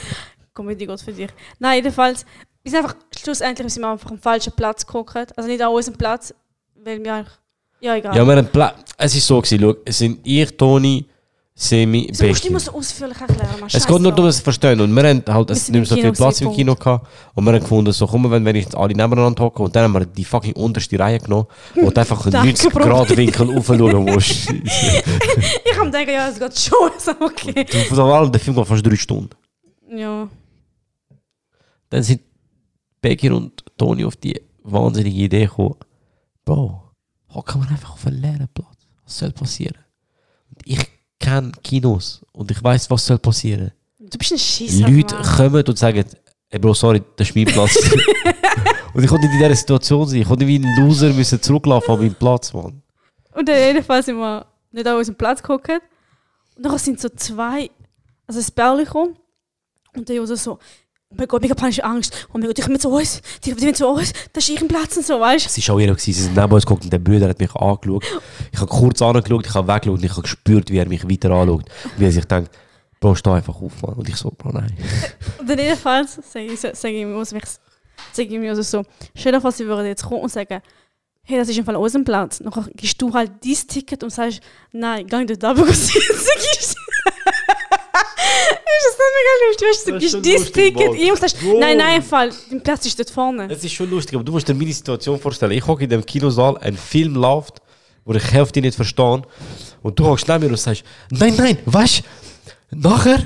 Speaker 2: Komödie geht für dich. Nein, jedenfalls, wir sind einfach, schlussendlich sind wir einfach am falschen Platz geguckt. Also nicht an unserem Platz, weil wir einfach, ja egal.
Speaker 1: ja, wir haben Pla Es ist so gewesen, schau, es sind ich, Toni, Semi,
Speaker 2: Du musst
Speaker 1: Becky.
Speaker 2: immer so ausführlich erklären, Mann.
Speaker 1: Es geht nur darum, dass Verstehen. Und wir haben halt es
Speaker 2: sind
Speaker 1: nicht mehr
Speaker 2: im
Speaker 1: so
Speaker 2: Kino
Speaker 1: viel Platz im
Speaker 2: gewesen,
Speaker 1: Kino gehabt. Und wir haben gefunden, so kommen, wenn wir wenigstens alle nebeneinander hocken. Und dann haben wir die fucking unterste Reihe genommen und einfach einen
Speaker 2: Danke, Bro.
Speaker 1: 90-Grad-Winkel aufschauen musst.
Speaker 2: Ich kann denken, ja, es geht schon. So, okay.
Speaker 1: Vor allem, der Film geht fast drei Stunden.
Speaker 2: Ja.
Speaker 1: dann sind Becky und Toni auf die wahnsinnige Idee gekommen, Bro, hocken wir einfach auf einen leeren Platz. Was soll passieren? Und ich kenne Kinos und ich weiß, was soll passieren.
Speaker 2: Du bist ein Schisser.
Speaker 1: Leute
Speaker 2: Mann.
Speaker 1: kommen und sagen, ey Bro, sorry, das ist mein Platz. und ich konnte nicht in dieser Situation sein. Ich konnte wie ein Loser müssen zurücklaufen an meinen Platz, Mann.
Speaker 2: Und dann jedenfalls sind wir nicht an unseren Platz geguckt. Und dann sind so zwei, also das Bärli gekommen. Und der Jose so, oh mein Gott, mega panische Angst. Oh mein Gott, ich will zu uns, ich will zu uns, das ist ihren Platz und so, weißt du?
Speaker 1: Es war auch jeder, gewesen. sie sind neben uns geguckt und der Bruder hat mich angeschaut. Ich habe kurz angeschaut, ich habe weggeschaut und ich habe gespürt, wie er mich weiter anschaut. Wie er sich denkt, Bro, steh einfach auf, Mann. Und ich so, Bro, nein.
Speaker 2: Und dann jedenfalls sage ich, sage ich ihm, Jose, sage ich ihm Jose so, stell dir vor, sie würden jetzt kommen und sagen, hey, das ist im Fall unser Platz. Nachher gibst du halt dein Ticket und sagst, nein, geh in den Double-Sitzen. ist das nicht mega lustig? Weißt du,
Speaker 1: Das
Speaker 2: du
Speaker 1: ist
Speaker 2: gibst
Speaker 1: schon
Speaker 2: dein
Speaker 1: lustig,
Speaker 2: Ticket
Speaker 1: Mann.
Speaker 2: ihm und sagst,
Speaker 1: Wow.
Speaker 2: nein, nein, im Fall, dein Platz ist dort vorne.
Speaker 1: Es ist schon lustig, aber du musst dir meine Situation vorstellen. Ich hocke in dem Kinosaal, ein Film läuft, wo ich die Hälfte nicht verstehe. Und du hockst neben mir und sagst, nein, nein, weißt du, nachher,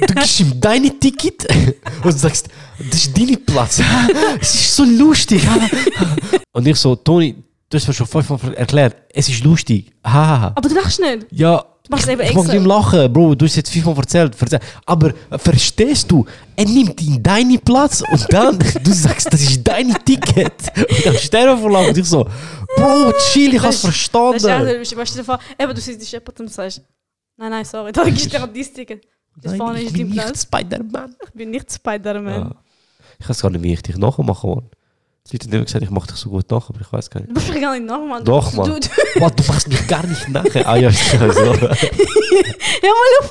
Speaker 1: du gibst ihm dein Ticket und sagst, das ist dein Platz. Es ist so lustig. Und ich so, Toni, du hast mir schon fünfmal erklärt, es ist lustig. Hahaha.
Speaker 2: Aber du lachst nicht.
Speaker 1: Ja,
Speaker 2: machst
Speaker 1: ich,
Speaker 2: eben
Speaker 1: ich mag
Speaker 2: extra.
Speaker 1: ihm lachen, Bro. Du hast jetzt fünfmal erzählt, erzählt. Aber äh, verstehst du, er nimmt in deinen Platz und dann, du sagst, das ist dein Ticket. Und dann sterben verlangt. Und ich so, Bro, chill, ich hab's
Speaker 2: Das ist
Speaker 1: verstanden.
Speaker 2: also, weißt du, davon, eben, du siehst jemanden und sagst, nein, nein, sorry, da gibst du dir dein Ticket. Das
Speaker 1: Nein,
Speaker 2: vorne
Speaker 1: ich
Speaker 2: ist
Speaker 1: bin
Speaker 2: dein
Speaker 1: nicht
Speaker 2: Platz.
Speaker 1: Spider-Man.
Speaker 2: Ich bin nicht Spider-Man.
Speaker 1: Ja. Ich kann es gar nicht wichtig nachmachen. Mann. Die Leute haben immer gesagt, ich mache dich so gut nach, aber ich weiß gar nicht.
Speaker 2: Du bist ja gar nicht normal.
Speaker 1: Doch,
Speaker 2: Du-
Speaker 1: Mann.
Speaker 2: Du, du,
Speaker 1: Was, du machst mich gar nicht nachher? Ah ja, ich weiß so.
Speaker 2: hör mal auf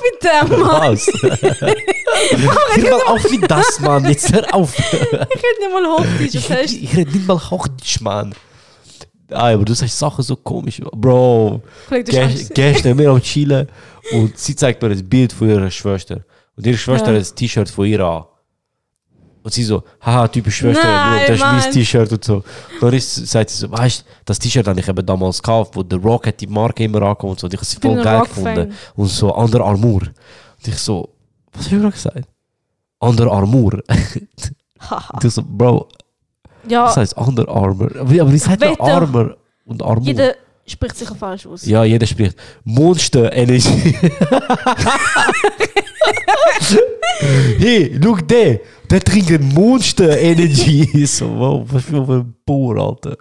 Speaker 2: mit dem, Mann.
Speaker 1: Was? Hör mal auf wie das, Mann. Jetzt hör auf.
Speaker 2: Ich rede nicht mal Hochdeutsch, das
Speaker 1: Ich,
Speaker 2: heißt,
Speaker 1: ich rede nicht mal Hochdeutsch, Mann. Ah, aber du sagst Sachen so komisch. Bro,
Speaker 2: Kollege, du
Speaker 1: gehst
Speaker 2: schaffst
Speaker 1: gehst nicht mehr auf Chile und sie zeigt mir das Bild von ihrer Schwester. Und ihre Schwester
Speaker 2: Ja.
Speaker 1: hat das T-Shirt von ihr an. Und sie so, haha, typisch Schwester,
Speaker 2: Nein,
Speaker 1: Bro, das
Speaker 2: Mann.
Speaker 1: ist mein T-Shirt und so. Dann ist, sagt sie so, weißt du, das T-Shirt habe ich eben damals gekauft, wo The Rock hat die Marke immer angekommen und so. Und ich habe sie
Speaker 2: bin
Speaker 1: voll
Speaker 2: ein
Speaker 1: geil
Speaker 2: Rock-Fan.
Speaker 1: gefunden. Und so, Under Armour. Und ich so, was habe ich gerade gesagt? Under Armour.
Speaker 2: Haha.
Speaker 1: Und ich so, Bro, das
Speaker 2: Ja,
Speaker 1: heißt Under Armour. Aber aber wie sagt man
Speaker 2: Ah. Wetter.
Speaker 1: Armour und Armour?
Speaker 2: jeder spricht sicher falsch aus.
Speaker 1: Ja, jeder spricht Monster Energy. hey, look der. Der trinkt een Monster Energy. so, wow, was für ein Boer, Alter.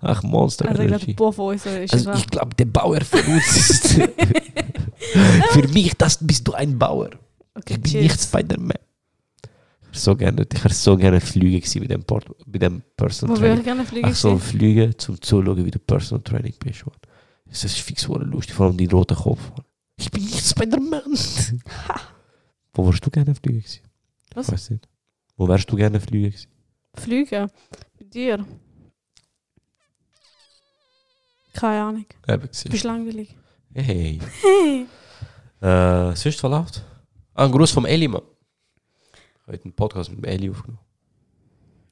Speaker 1: Ach, Monster
Speaker 2: Also ich glaube,
Speaker 1: Energy.
Speaker 2: der Bohr von uns ist
Speaker 1: Also,
Speaker 2: es
Speaker 1: ich glaube, der Bauer für uns ist. für mich das bist du ein Bauer.
Speaker 2: Okay,
Speaker 1: Ich bin nicht
Speaker 2: cheers.
Speaker 1: Spider-Man. So gerne, ich war so gerne Flüge gewesen mit dem, Port, mit dem Personal
Speaker 2: Wo
Speaker 1: Trainer.
Speaker 2: würde ich gerne fliegen?
Speaker 1: Ich soll
Speaker 2: So.
Speaker 1: fliegen, um zu schauen, wie du Personal Training bist. Mann. Das ist fix so lustig, vor allem dein roter Kopf. Mann. Ich bin nicht Spider-Man. Wo wärst du gerne fliegen gewesen?
Speaker 2: Was?
Speaker 1: Ich Weiß nicht. Wo wärst du gerne fliegen gewesen?
Speaker 2: Fliegen? Bei dir? Keine Ahnung.
Speaker 1: Eben
Speaker 2: Du
Speaker 1: gesehen.
Speaker 2: bist langweilig.
Speaker 1: Äh, Hey.
Speaker 2: Hey.
Speaker 1: Äh, sonst was läuft? Ah, ein Gruß vom Eli, Mann. Ich habe einen Podcast mit dem Eli aufgenommen.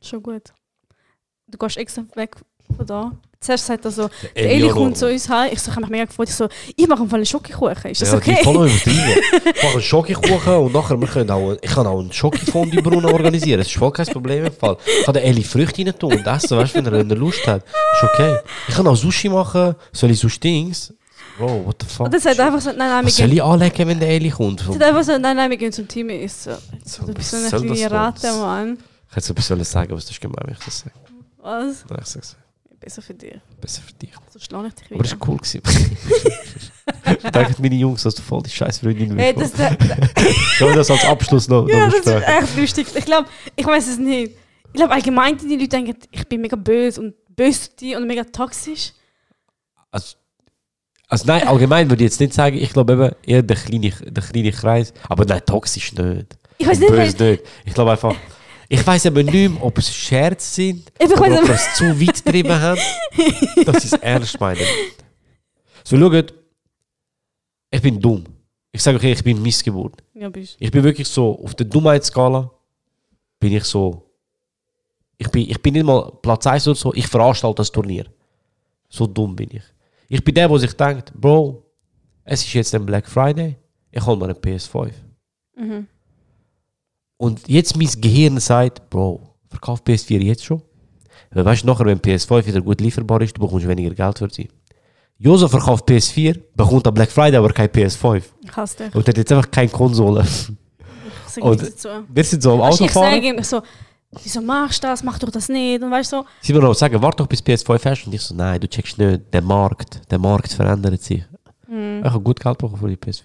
Speaker 2: Schon gut. Du gehst extra weg von da. Zuerst sagt er so, der Eli kommt zu uns heim. Ich so, ich habe mich mega gefreut. Ich so, ich mache im Fall einen Schokokuchen. Ist das
Speaker 1: ja,
Speaker 2: okay?
Speaker 1: die voll übertrieben. Ich mache einen Schokokuchen und nachher wir können auch, ich kann auch einen Schokofondue Brunnen organisieren. Das ist voll kein Problem im Fall. Ich kann den Eli Früchte rein tun und essen, weißt du, wenn er, wenn er Lust hat. Ist okay. Ich kann auch nou Sushi machen. Soll ich Sushi Dings? Bro, what the fuck?
Speaker 2: Und dann sagt er einfach so, nein, nein, wir
Speaker 1: Was soll
Speaker 2: gehen.
Speaker 1: ich anlegen, wenn der Eli kommt? So,
Speaker 2: Sagt er einfach so, nein, nein, wir gehen zum Team. Ich so,
Speaker 1: so,
Speaker 2: du bist so
Speaker 1: was
Speaker 2: eine
Speaker 1: soll das
Speaker 2: kleine Ratte,
Speaker 1: denn?
Speaker 2: Mann.
Speaker 1: Ich hätte so etwas sollen sagen, aber es ist gemein, wenn ich das sage.
Speaker 2: Was?
Speaker 1: Nein, ich sage es.
Speaker 2: Besser für dich.
Speaker 1: Besser für dich.
Speaker 2: So schlage ich dich
Speaker 1: Aber es
Speaker 2: wieder.
Speaker 1: war cool. Gewesen. Denken meine Jungs, dass du voll die scheiß Freundin
Speaker 2: Hey,
Speaker 1: bist.
Speaker 2: das,
Speaker 1: Können
Speaker 2: das,
Speaker 1: wir das als Abschluss noch, noch
Speaker 2: Ja, das ist
Speaker 1: besprechen?
Speaker 2: echt lustig. Ich glaube, ich weiß es nicht. Ich glaube allgemein, die Leute denken, ich bin mega böse und böse zu dir und mega toxisch.
Speaker 1: Also, also nein, allgemein würde ich jetzt nicht sagen, ich glaube eben eher der kleine, der kleine Kreis. Aber nein, Ah, toxisch nicht.
Speaker 2: Ich weiß
Speaker 1: Und
Speaker 2: nicht,
Speaker 1: böse nicht. Ich glaube einfach, ich weiß eben nicht mehr, ob es Scherz sind
Speaker 2: Ich
Speaker 1: oder
Speaker 2: weiß
Speaker 1: ob
Speaker 2: nicht.
Speaker 1: wir es zu weit getrieben haben. Das ist ernst meinen. So, schaut, ich bin dumm. Ich sage okay, ich bin Missgeburt.
Speaker 2: Ja, bist
Speaker 1: Ich bin wirklich so, auf der Dummheitsskala bin ich so, ich bin, ich bin nicht mal Platz 1 oder so, ich veranstalte das Turnier. So dumm bin ich. Ich bin der, der sich denkt, Bro, es ist jetzt ein Black Friday, ich hol mir eine PS5.
Speaker 2: Mhm.
Speaker 1: Und jetzt mein Gehirn sagt, Bro, verkauf PS4 jetzt schon. Weil weißt du, nachher, wenn PS5 wieder gut lieferbar ist, du bekommst weniger Geld für sie. Josef verkauft PS4, bekommt am Black Friday aber kein PS5.
Speaker 2: Ich hasse dich.
Speaker 1: Und hat jetzt einfach keine Konsole.
Speaker 2: Ich sage
Speaker 1: Und-
Speaker 2: nichts dazu.
Speaker 1: Wir sind so am
Speaker 2: Weißt du,
Speaker 1: Autofahren.
Speaker 2: Ich sage ihm so, wieso machst du das? Mach doch das nicht. Und weißt du so,
Speaker 1: Sie mir noch sagen, warte doch bis PS5 hast. Und ich so, nein, du checkst nicht, der Markt, der Markt verändert sich. Ich habe gut Geld bekommen für die PS4.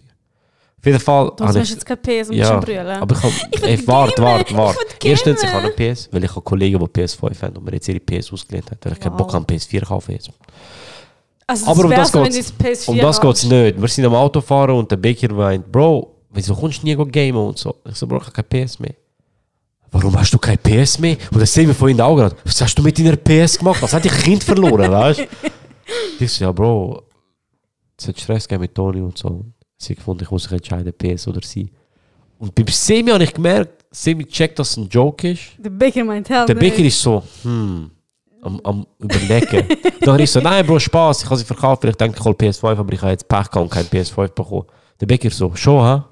Speaker 1: Auf jeden Fall
Speaker 2: Hm. du hast
Speaker 1: habe
Speaker 2: jetzt kein PS und
Speaker 1: Ah, Ja,
Speaker 2: ja, bist brüllen.
Speaker 1: aber Also ich habe...
Speaker 2: Ich will
Speaker 1: Ey, warte,
Speaker 2: gamen,
Speaker 1: warte,
Speaker 2: ich
Speaker 1: warte.
Speaker 2: will
Speaker 1: Erstens, ich
Speaker 2: gamen.
Speaker 1: habe eine PS, weil ich habe Kollegen, die PS5 haben und mir jetzt ihre PS ausgelehnt haben, weil ich keinen
Speaker 2: Wow.
Speaker 1: Bock habe, PS4 kaufen jetzt.
Speaker 2: also,
Speaker 1: aber um
Speaker 2: wär
Speaker 1: das
Speaker 2: so, wenn
Speaker 1: geht's.
Speaker 2: du jetzt PS4
Speaker 1: Um das geht
Speaker 2: hast.
Speaker 1: es nicht. Wir sind am Autofahren und der Baker meint, Bro, wieso kommst du nie go gamen und so? Ich so, Bro, ich habe kein PS mehr. Warum hast du kein PS mehr? Und das sehen wir vorhin auch gerade. Was hast du mit deiner PS gemacht? Als hätte ich ein Kind verloren, weißt du? Ich so, ja, Bro, es hat Stress gegeben mit Toni und so. Sie gefunden, ich muss mich entscheiden, PS oder sie. Und beim Semi habe ich gemerkt, Semi checkt, dass es ein Joke ist.
Speaker 2: Der Bäcker meint, hell
Speaker 1: Der
Speaker 2: nein.
Speaker 1: Bäcker ist so, hm, am, am überlegen. Dann ist so, nein, Bro, Spaß, ich habe sie verkauft, vielleicht denke ich, ich hole PS5, aber ich habe jetzt Pech gehabt und kein PS5 bekommen. Der Bäcker so, schon, hä?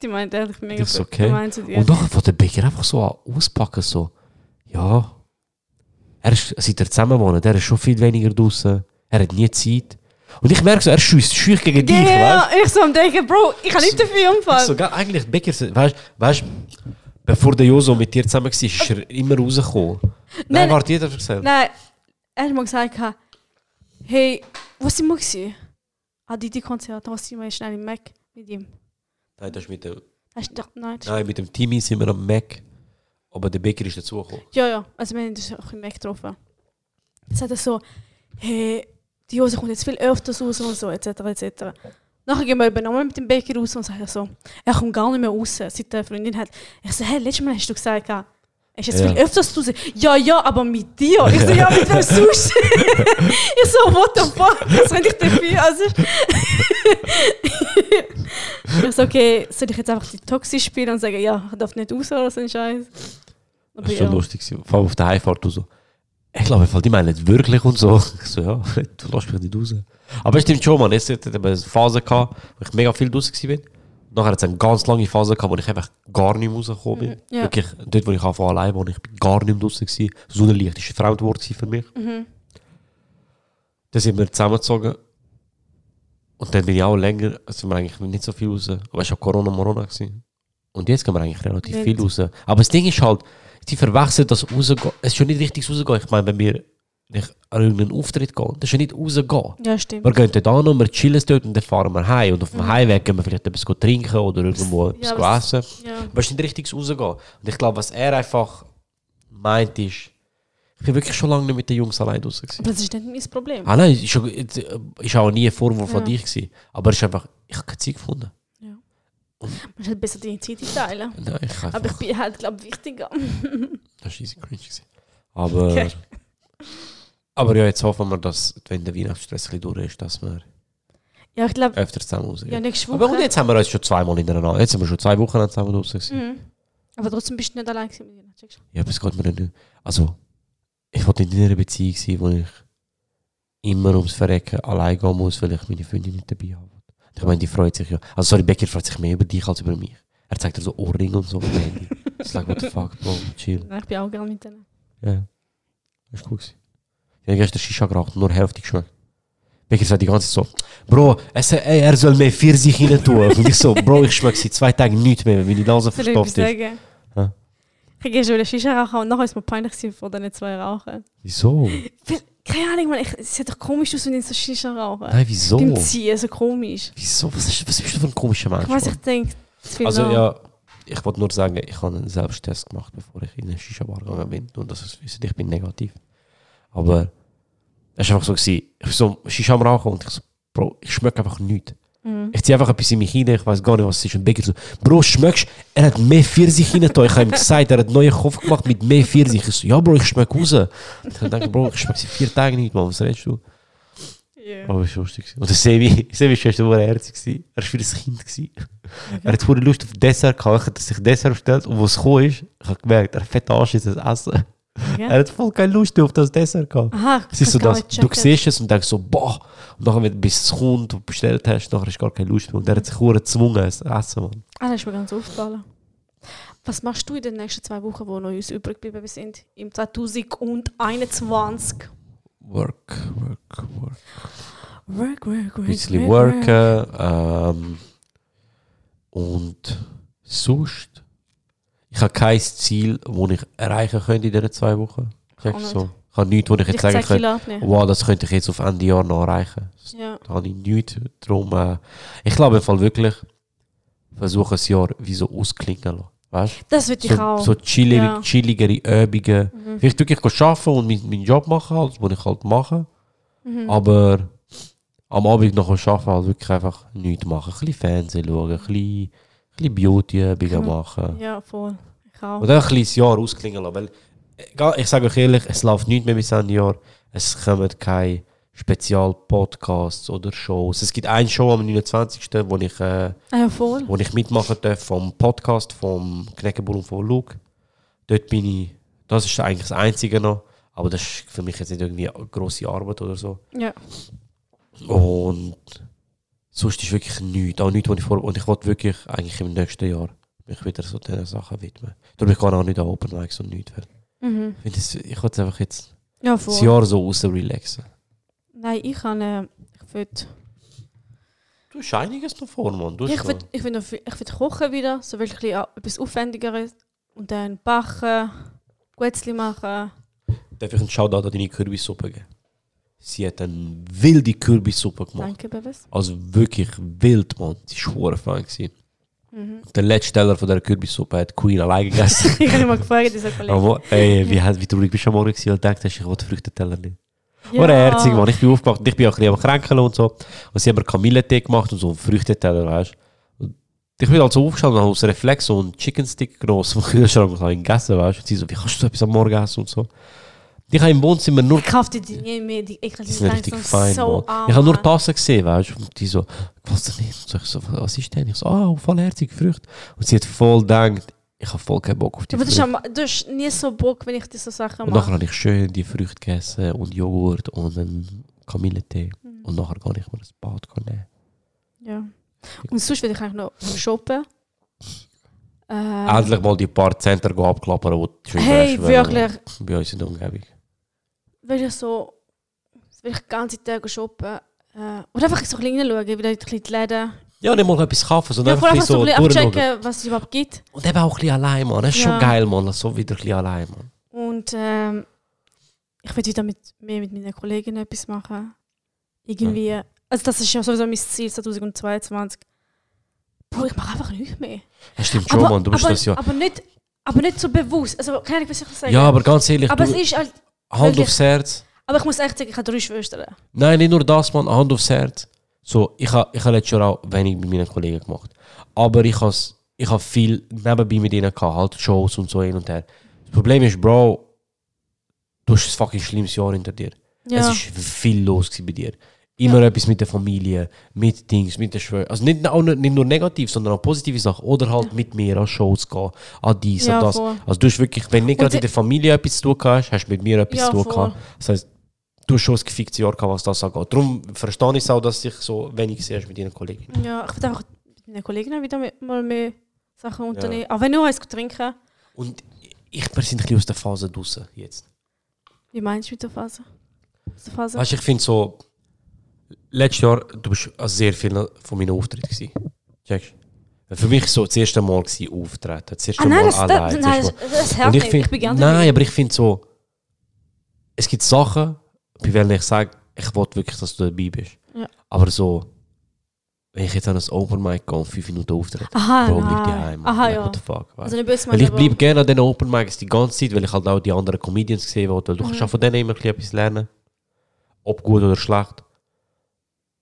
Speaker 2: Die meint ehrlich mega
Speaker 1: Das ist okay. Oh,
Speaker 2: gemein zu dir.
Speaker 1: Und dann von der Bäcker einfach so an auspacken, so, ja, er ist, seit er zusammen wohnt, er ist schon viel weniger draußen, er hat nie Zeit. Und ich merke so, er schießt, schießt gegen dich, weißt
Speaker 2: Ja, ich so am denken, Bro, ich kann nicht dafür
Speaker 1: du?
Speaker 2: umfallen.
Speaker 1: Sogar eigentlich Bäcker, weißt du, bevor der Joso mit dir zusammen war, ist er immer rausgekommen. Nein,
Speaker 2: Nein,
Speaker 1: warte, jeder hat gesagt.
Speaker 2: Nein, er hat mal gesagt, hey, was immer war? An Ah, die Konzert, da sind wir schnell im Mac mit ihm. Er
Speaker 1: Nein, das ist mit dem.
Speaker 2: Hast du gedacht, nein? das-
Speaker 1: Nein, mit dem Timmy sind wir am Mac Aber der Bäcker ist dazugekommen.
Speaker 2: Ja, ja. Also wir haben uns auch im Weg getroffen. Jetzt hat er so, hey, die Hose kommt jetzt viel öfters raus und so, etc. etc. Nachher gehen wir eben nochmal mit dem Bäcker raus und sagen so, er kommt gar nicht mehr raus, seit er eine Freundin hat. Ich so, hey, letztes Mal hast du gesagt, er ist jetzt
Speaker 1: Ja.
Speaker 2: viel öfters raus. Ja, ja, aber mit dir. Ich so, ja, mit wem sonst? ich so, what the fuck, was kann ich dafür? Also, ich so, okay, soll ich jetzt einfach die Toxi spielen und sagen, ja, ich darf nicht raus oder so ein Scheiß?
Speaker 1: Das ist schon lustig. gewesen. Vor allem auf der Heimfahrt und so. Ich glaube, im Fall, die meinen es wirklich und so. Ich so, ja, du lässt mich nicht raus. Aber es stimmt schon, man. Es hat eben eine Phase gehabt, wo ich mega viel draußen war. Nachher hat es eine ganz lange Phase gehabt, wo ich einfach gar nicht mehr rausgekommen bin.
Speaker 2: Mhm, ja.
Speaker 1: Wirklich, dort, wo ich von allein war, ich bin gar nicht mehr draußen. gewesen. Sonnenlicht ist ein Fremdwort gewesen für mich.
Speaker 2: Mhm.
Speaker 1: Dann sind wir zusammengezogen. Und dann bin ich auch länger, also sind wir eigentlich nicht so viel raus. Aber es war auch Corona, Morona. Gewesen. Und jetzt gehen wir eigentlich relativ
Speaker 2: Nicht.
Speaker 1: viel raus. Aber das Ding ist halt, die verwechseln das Rausgehen. Es ist schon nicht richtig rausgehen. Ich meine, wenn wir nicht an irgendeinen Auftritt gehen, das ist ja nicht rausgehen.
Speaker 2: Ja, stimmt.
Speaker 1: Wir gehen dort an und wir chillen dort und dann fahren wir heim. Und auf dem Heimweg gehen wir vielleicht etwas trinken oder irgendwo etwas
Speaker 2: Mhm. aber es-
Speaker 1: essen.
Speaker 2: Ja.
Speaker 1: Aber es ist nicht richtig rausgehen. Und ich glaube, was er einfach meint ist, ich bin wirklich schon lange nicht mit den Jungs allein raus. Gewesen.
Speaker 2: Das ist nicht mein Problem.
Speaker 1: Ah nein, ist, auch- jetzt, äh, ist auch nie ein Vorwurf
Speaker 2: Ja.
Speaker 1: von dich gewesen. Aber es ist einfach, ich habe keine Zeit gefunden.
Speaker 2: Man muss halt besser deine Zeit teilen.
Speaker 1: Nein, ich habe
Speaker 2: Aber ich
Speaker 1: einfach,
Speaker 2: bin halt, glaube ich, wichtiger.
Speaker 1: das war easy cringe. Gewesen. Aber,
Speaker 2: Okay.
Speaker 1: aber ja, jetzt hoffen wir, dass, wenn der Weihnachtsstress ein bisschen durch ist, dass wir
Speaker 2: Ja, ich glaube,
Speaker 1: öfter zusammen raus
Speaker 2: ja,
Speaker 1: gehen.
Speaker 2: nächste Woche.
Speaker 1: aber gut, jetzt haben wir uns schon zweimal hintereinander, jetzt sind wir schon zwei Wochen zusammen raus gewesen.
Speaker 2: Mhm. Aber trotzdem bist du nicht allein gewesen mit ihnen. checkst
Speaker 1: Ja, aber es geht mir nicht. Also, ich wollte nicht in einer Beziehung sein, wo ich immer ums Verrecken allein gehen muss, weil ich meine Freundin nicht dabei habe. Und Ich meine, die freut sich ja. Also, sorry, Becker freut sich mehr über dich als über mich. Er zeigt dir so Ohrringe und so auf dem Handy. Ich sage, what the fuck, Bro,
Speaker 2: du?
Speaker 1: chill.
Speaker 2: Nein, ich bin auch gerne mit denen.
Speaker 1: Ja. Das war cool. gewesen. Ich habe gestern Shisha geraucht und nur Hälfte geschmeckt. Becker sagt die ganze Zeit so, Bro, es, ey, er soll mehr Pfirsich rein tun. Und ich so, Bro, ich schmecke seit zwei Tagen nichts mehr, weil meine Nase
Speaker 2: Soll ich etwas
Speaker 1: verstopft ist.
Speaker 2: sagen?
Speaker 1: Ja.
Speaker 2: Ich gehe schon wieder Shisha rauchen und nachher ist mir peinlich gewesen, vor diesen zwei Rauchen.
Speaker 1: Wieso?
Speaker 2: Weil, keine Ahnung, man, ich, es sieht doch komisch aus, wenn ich so Shisha rauche.
Speaker 1: Nein, wieso?
Speaker 2: Beim Ziehen, so komisch.
Speaker 1: Wieso? Was, ist, was bist du für ein komischer Mensch?
Speaker 2: Ich weiß,
Speaker 1: Mann?
Speaker 2: ich denke, zu viel
Speaker 1: also
Speaker 2: noch.
Speaker 1: ja, ich wollte nur sagen, ich habe einen Selbsttest gemacht, bevor ich in eine Shisha-Bar gegangen bin. Nur, dass ihr es wisst, ich bin negativ. Aber es war einfach so, gewesen, ich war so am Shisha am Rauchen und ich so, Bro, ich schmecke einfach nichts.
Speaker 2: Mhm.
Speaker 1: Ich ziehe einfach etwas in mich hinein, ich weiß gar nicht, was es ist. Und Becker so, Bro, schmeckst Er hat mehr Pfirsich hinein. Ich habe ihm gesagt, er hat einen neuen Kopf gemacht mit mehr Pfirsich. Ich so, ja, Bro, ich schmecke raus. Und ich dachte, Bro, ich schmecke seit vier Tagen nicht, Mann, was redest du?
Speaker 2: Yeah.
Speaker 1: Aber es war lustig. Und der Sebi, Sebi war gestern sehr herzig. gewesen. Er war wie ein Kind. gewesen. Er hat hohe Lust auf Dessert gehabt. Er hat sich Dessert bestellt. Und wo es gekommen ist, ich habe gemerkt, er hat fett Arsch in das Essen.
Speaker 2: Ja. Ah,
Speaker 1: Er hat voll keine Lust auf das Dessert gehabt.
Speaker 2: Aha, ich
Speaker 1: äh, Siehst du
Speaker 2: hab's gar
Speaker 1: das?
Speaker 2: nicht
Speaker 1: Du
Speaker 2: gecheckt.
Speaker 1: siehst es und denkst so, boah. Und nachher, wenn du bis es kommt und bestellt hast, nachher ist gar keine Lust mehr. Und er hat sich hohe gezwungen, es zu essen. Mann.
Speaker 2: Ah, das ist mir ganz aufgefallen. Was machst du in den nächsten zwei Wochen, wo noch uns übrig geblieben sind? Im 2021?
Speaker 1: Work, work, work.
Speaker 2: Work, work, work.
Speaker 1: Ein bisschen worken. Ähm, und sonst. Ich habe kein Ziel, das ich erreichen könnte in diesen zwei Wochen. Checkst du
Speaker 2: Auch
Speaker 1: so? Ich habe nichts, wo ich
Speaker 2: Ich
Speaker 1: jetzt sagen
Speaker 2: zeig
Speaker 1: könnte,
Speaker 2: Kilo abnehmen.
Speaker 1: wow, das könnte ich jetzt auf Ende Jahr noch erreichen.
Speaker 2: Ja.
Speaker 1: Da habe ich nichts. Darum, äh, ich glaube im Fall wirklich, versuche ein Jahr wie so ausklingen lassen. Weißt
Speaker 2: Das würde
Speaker 1: du?
Speaker 2: ich
Speaker 1: So,
Speaker 2: auch.
Speaker 1: so chillig,
Speaker 2: Ja. Mhm.
Speaker 1: chilligere Übungen. Vielleicht wirklich gehen arbeiten und meinen meinen Job machen, halt, den ich halt mache.
Speaker 2: Mhm.
Speaker 1: Aber am Abend noch arbeiten, halt wirklich einfach nichts machen. Ein bisschen Fernsehen schauen, ein bisschen, ein bisschen Beauty-Übungen
Speaker 2: Mhm.
Speaker 1: machen.
Speaker 2: Ja, voll. Ich auch.
Speaker 1: Und dann ein bisschen das Jahr ausklingen lassen. Weil, egal, ich sage euch ehrlich, es läuft nichts mehr bis Ende Jahr. Es kommen keine Spezialpodcasts oder Shows. Es gibt eine Show am 29. wo ich, äh,
Speaker 2: Ah, ja, voll.
Speaker 1: wo ich mitmachen darf vom Podcast vom Kneckebull und von Luke. Dort bin ich, das ist eigentlich das Einzige noch. Aber das ist für mich jetzt nicht irgendwie eine grosse Arbeit oder so.
Speaker 2: Ja.
Speaker 1: Und sonst ist wirklich nichts. Auch nichts, was ich vor. Und ich wollte wirklich eigentlich im nächsten Jahr mich wieder so diesen Sachen widmen. Darum ich kann auch nicht an Open Mics und nichts werden.
Speaker 2: Mhm.
Speaker 1: Ich, finde, das- ich wollte einfach jetzt
Speaker 2: Ja,
Speaker 1: das
Speaker 2: voll.
Speaker 1: Jahr so raus relaxen.
Speaker 2: Nein, ich kann. Äh, ich würde
Speaker 1: Du hast einiges noch vor, Mann. Du
Speaker 2: ich würd, ich würd, noch viel- ich würd kochen wieder, so wirklich auch etwas Aufwendigeres. Und dann backen, Guetzli machen.
Speaker 1: Darf ich einen Shoutout an deine Kürbissuppe geben? Sie hat eine wilde Kürbissuppe gemacht.
Speaker 2: Danke, Babes.
Speaker 1: Also wirklich wild, Mann. Sie war hure fein. gewesen. Der Letzteller von der Kürbissuppe hat Queen alleine gegessen.
Speaker 2: Ich habe mal gefragt, dieser Kollege.
Speaker 1: Aber, ey, wie, hat- wie traurig bist du am Morgen gewesen und gedacht hast, ich will den Früchteteller nicht.
Speaker 2: Ja.
Speaker 1: Aber herzig, Mann. Ich bin aufgewacht, und ich bin auch ein bisschen am Kränkeln und so. Und sie haben mir Kamillentee gemacht und so einen Früchteteller, weißt du. Und Ich bin also aufgestanden und habe aus Reflex so einen Chicken Stick genommen aus dem Kühlschrank und habe ihn gegessen, weißt du. Und sie so, wie kannst du so etwas am Morgen essen und so. Ich habe im Wohnzimmer nur...
Speaker 2: Ich kauf dir die nie mehr, die
Speaker 1: Die
Speaker 2: ekligen
Speaker 1: sind richtig fein,
Speaker 2: so
Speaker 1: Mann. Ich habe nur
Speaker 2: arm.
Speaker 1: Tassen gesehen, weißt du. Und die so, was denn ist? Und so, ich so, was ist denn? Ich so, ah, voll herzig, Früchte. Und sie hat voll gedacht, ich habe voll keinen Bock auf die
Speaker 2: Aber du hast,
Speaker 1: Früchte.
Speaker 2: am- du hast nie so Bock, wenn ich dir so Sachen
Speaker 1: Und nachher
Speaker 2: mache.
Speaker 1: habe ich schön die Früchte gegessen und Joghurt und einen Kamillentee.
Speaker 2: Mhm.
Speaker 1: Und nachher gar nicht mehr das Bad ne. nehmen.
Speaker 2: Ja. Und sonst würde ich eigentlich noch shoppen. Äh,
Speaker 1: Endlich mal die paar Center go abklappern, die die schön
Speaker 2: hey,
Speaker 1: Wäsche wollen.
Speaker 2: wirklich.
Speaker 1: Bei uns in der Umgebung.
Speaker 2: Weil ich so, will ich den ganzen Tag shoppen. Äh, oder einfach so ein bisschen reinschauen, wieder ein bisschen die Läden.
Speaker 1: Ja, nicht mal etwas kaufen,
Speaker 2: Ja,
Speaker 1: sondern
Speaker 2: vor
Speaker 1: einfach,
Speaker 2: allem so
Speaker 1: so
Speaker 2: ein bisschen
Speaker 1: durchschauen.
Speaker 2: abchecken, was es überhaupt gibt.
Speaker 1: Und eben auch ein bisschen allein, Mann. Das ist
Speaker 2: Ja.
Speaker 1: schon geil, Mann. So wieder ein bisschen allein, Mann.
Speaker 2: Und ähm, ich will wieder mit, mehr mit meinen Kollegen etwas machen. Irgendwie. Also das ist ja sowieso mein Ziel 2022. Bro, ich mache einfach nichts mehr.
Speaker 1: Das stimmt schon, Mann. Du bist
Speaker 2: aber,
Speaker 1: das ja...
Speaker 2: aber nicht, aber nicht so bewusst. Also keine Ahnung, was ich sagen
Speaker 1: Ja, aber ganz ehrlich,
Speaker 2: Aber es
Speaker 1: du,
Speaker 2: ist halt,
Speaker 1: Hand
Speaker 2: wirklich-
Speaker 1: aufs Herz.
Speaker 2: aber ich muss echt sagen, ich habe drei Schwestern.
Speaker 1: Nein, nicht nur das, Mann. Hand aufs Herz. So, ich habe ich ha letztes Jahr auch wenig mit meinen Kollegen gemacht. Aber ich habe ich ha viel nebenbei mit ihnen gehabt. Halt Shows und so hin und her. Das Problem ist, Bro, du hast ein fucking schlimmes Jahr hinter dir.
Speaker 2: Ja.
Speaker 1: Es war viel los gewesen bei dir. Immer etwas mit der Familie, mit Dings, mit der Schwester. Also nicht, auch nicht nicht nur negativ, sondern auch positive Sachen. Oder halt mit mir an Shows gehen, an dies,
Speaker 2: Ja,
Speaker 1: an das.
Speaker 2: voll.
Speaker 1: Also du hast wirklich, wenn nicht
Speaker 2: Und
Speaker 1: gerade in
Speaker 2: de-
Speaker 1: der Familie etwas zu tun gehabt hast, hast du mit mir etwas
Speaker 2: Ja,
Speaker 1: zu tun
Speaker 2: voll.
Speaker 1: gehabt. Das heisst, du hast schon ein geficktes Jahr gehabt, was das angeht. Darum verstehe ich es auch, dass du dich so wenig siehst mit deinen Kollegen.
Speaker 2: ja, ich will einfach mit meinen Kollegen wieder mehr, mal mehr Sachen unternehmen. Auch wenn nur eins trinken.
Speaker 1: Und ich persönlich ein bisschen aus der Phase draussen jetzt.
Speaker 2: Wie meinst du mit der Phase? Aus der Phase? Ah,
Speaker 1: Weißt du, ich finde so, letztes Jahr, du bist an sehr vielen von meinen Auftritten gewesen. Checkst du? Für mich so das erste Mal gewesen, auftreten. Das erste
Speaker 2: ah nein,
Speaker 1: Mal
Speaker 2: das, das,
Speaker 1: allein.
Speaker 2: nein,
Speaker 1: das erste
Speaker 2: das,
Speaker 1: Mal.
Speaker 2: das, das
Speaker 1: Und
Speaker 2: hilft
Speaker 1: ich
Speaker 2: nicht.
Speaker 1: find-
Speaker 2: ich bin gerne
Speaker 1: Nein, aber ich finde so, es gibt Sachen, bei denen ich sage, ich will wirklich, dass du dabei bist.
Speaker 2: Ja.
Speaker 1: Aber so, wenn ich jetzt an ein Open Mic gehe und fünf Minuten auftrete,
Speaker 2: Aha,
Speaker 1: warum
Speaker 2: nein.
Speaker 1: bleib ich daheim?
Speaker 2: Ah, Aha,
Speaker 1: Like,
Speaker 2: ja.
Speaker 1: What the fuck? weißt
Speaker 2: Also nicht böse
Speaker 1: weil
Speaker 2: meinen,
Speaker 1: ich
Speaker 2: aber-
Speaker 1: bleibe gerne an diesen Open Mics die ganze Zeit, weil ich halt auch nou die anderen Comedians gesehen habe. Weil
Speaker 2: Mhm.
Speaker 1: du kannst auch von denen immer ein bisschen etwas lernen. Ob gut oder schlecht.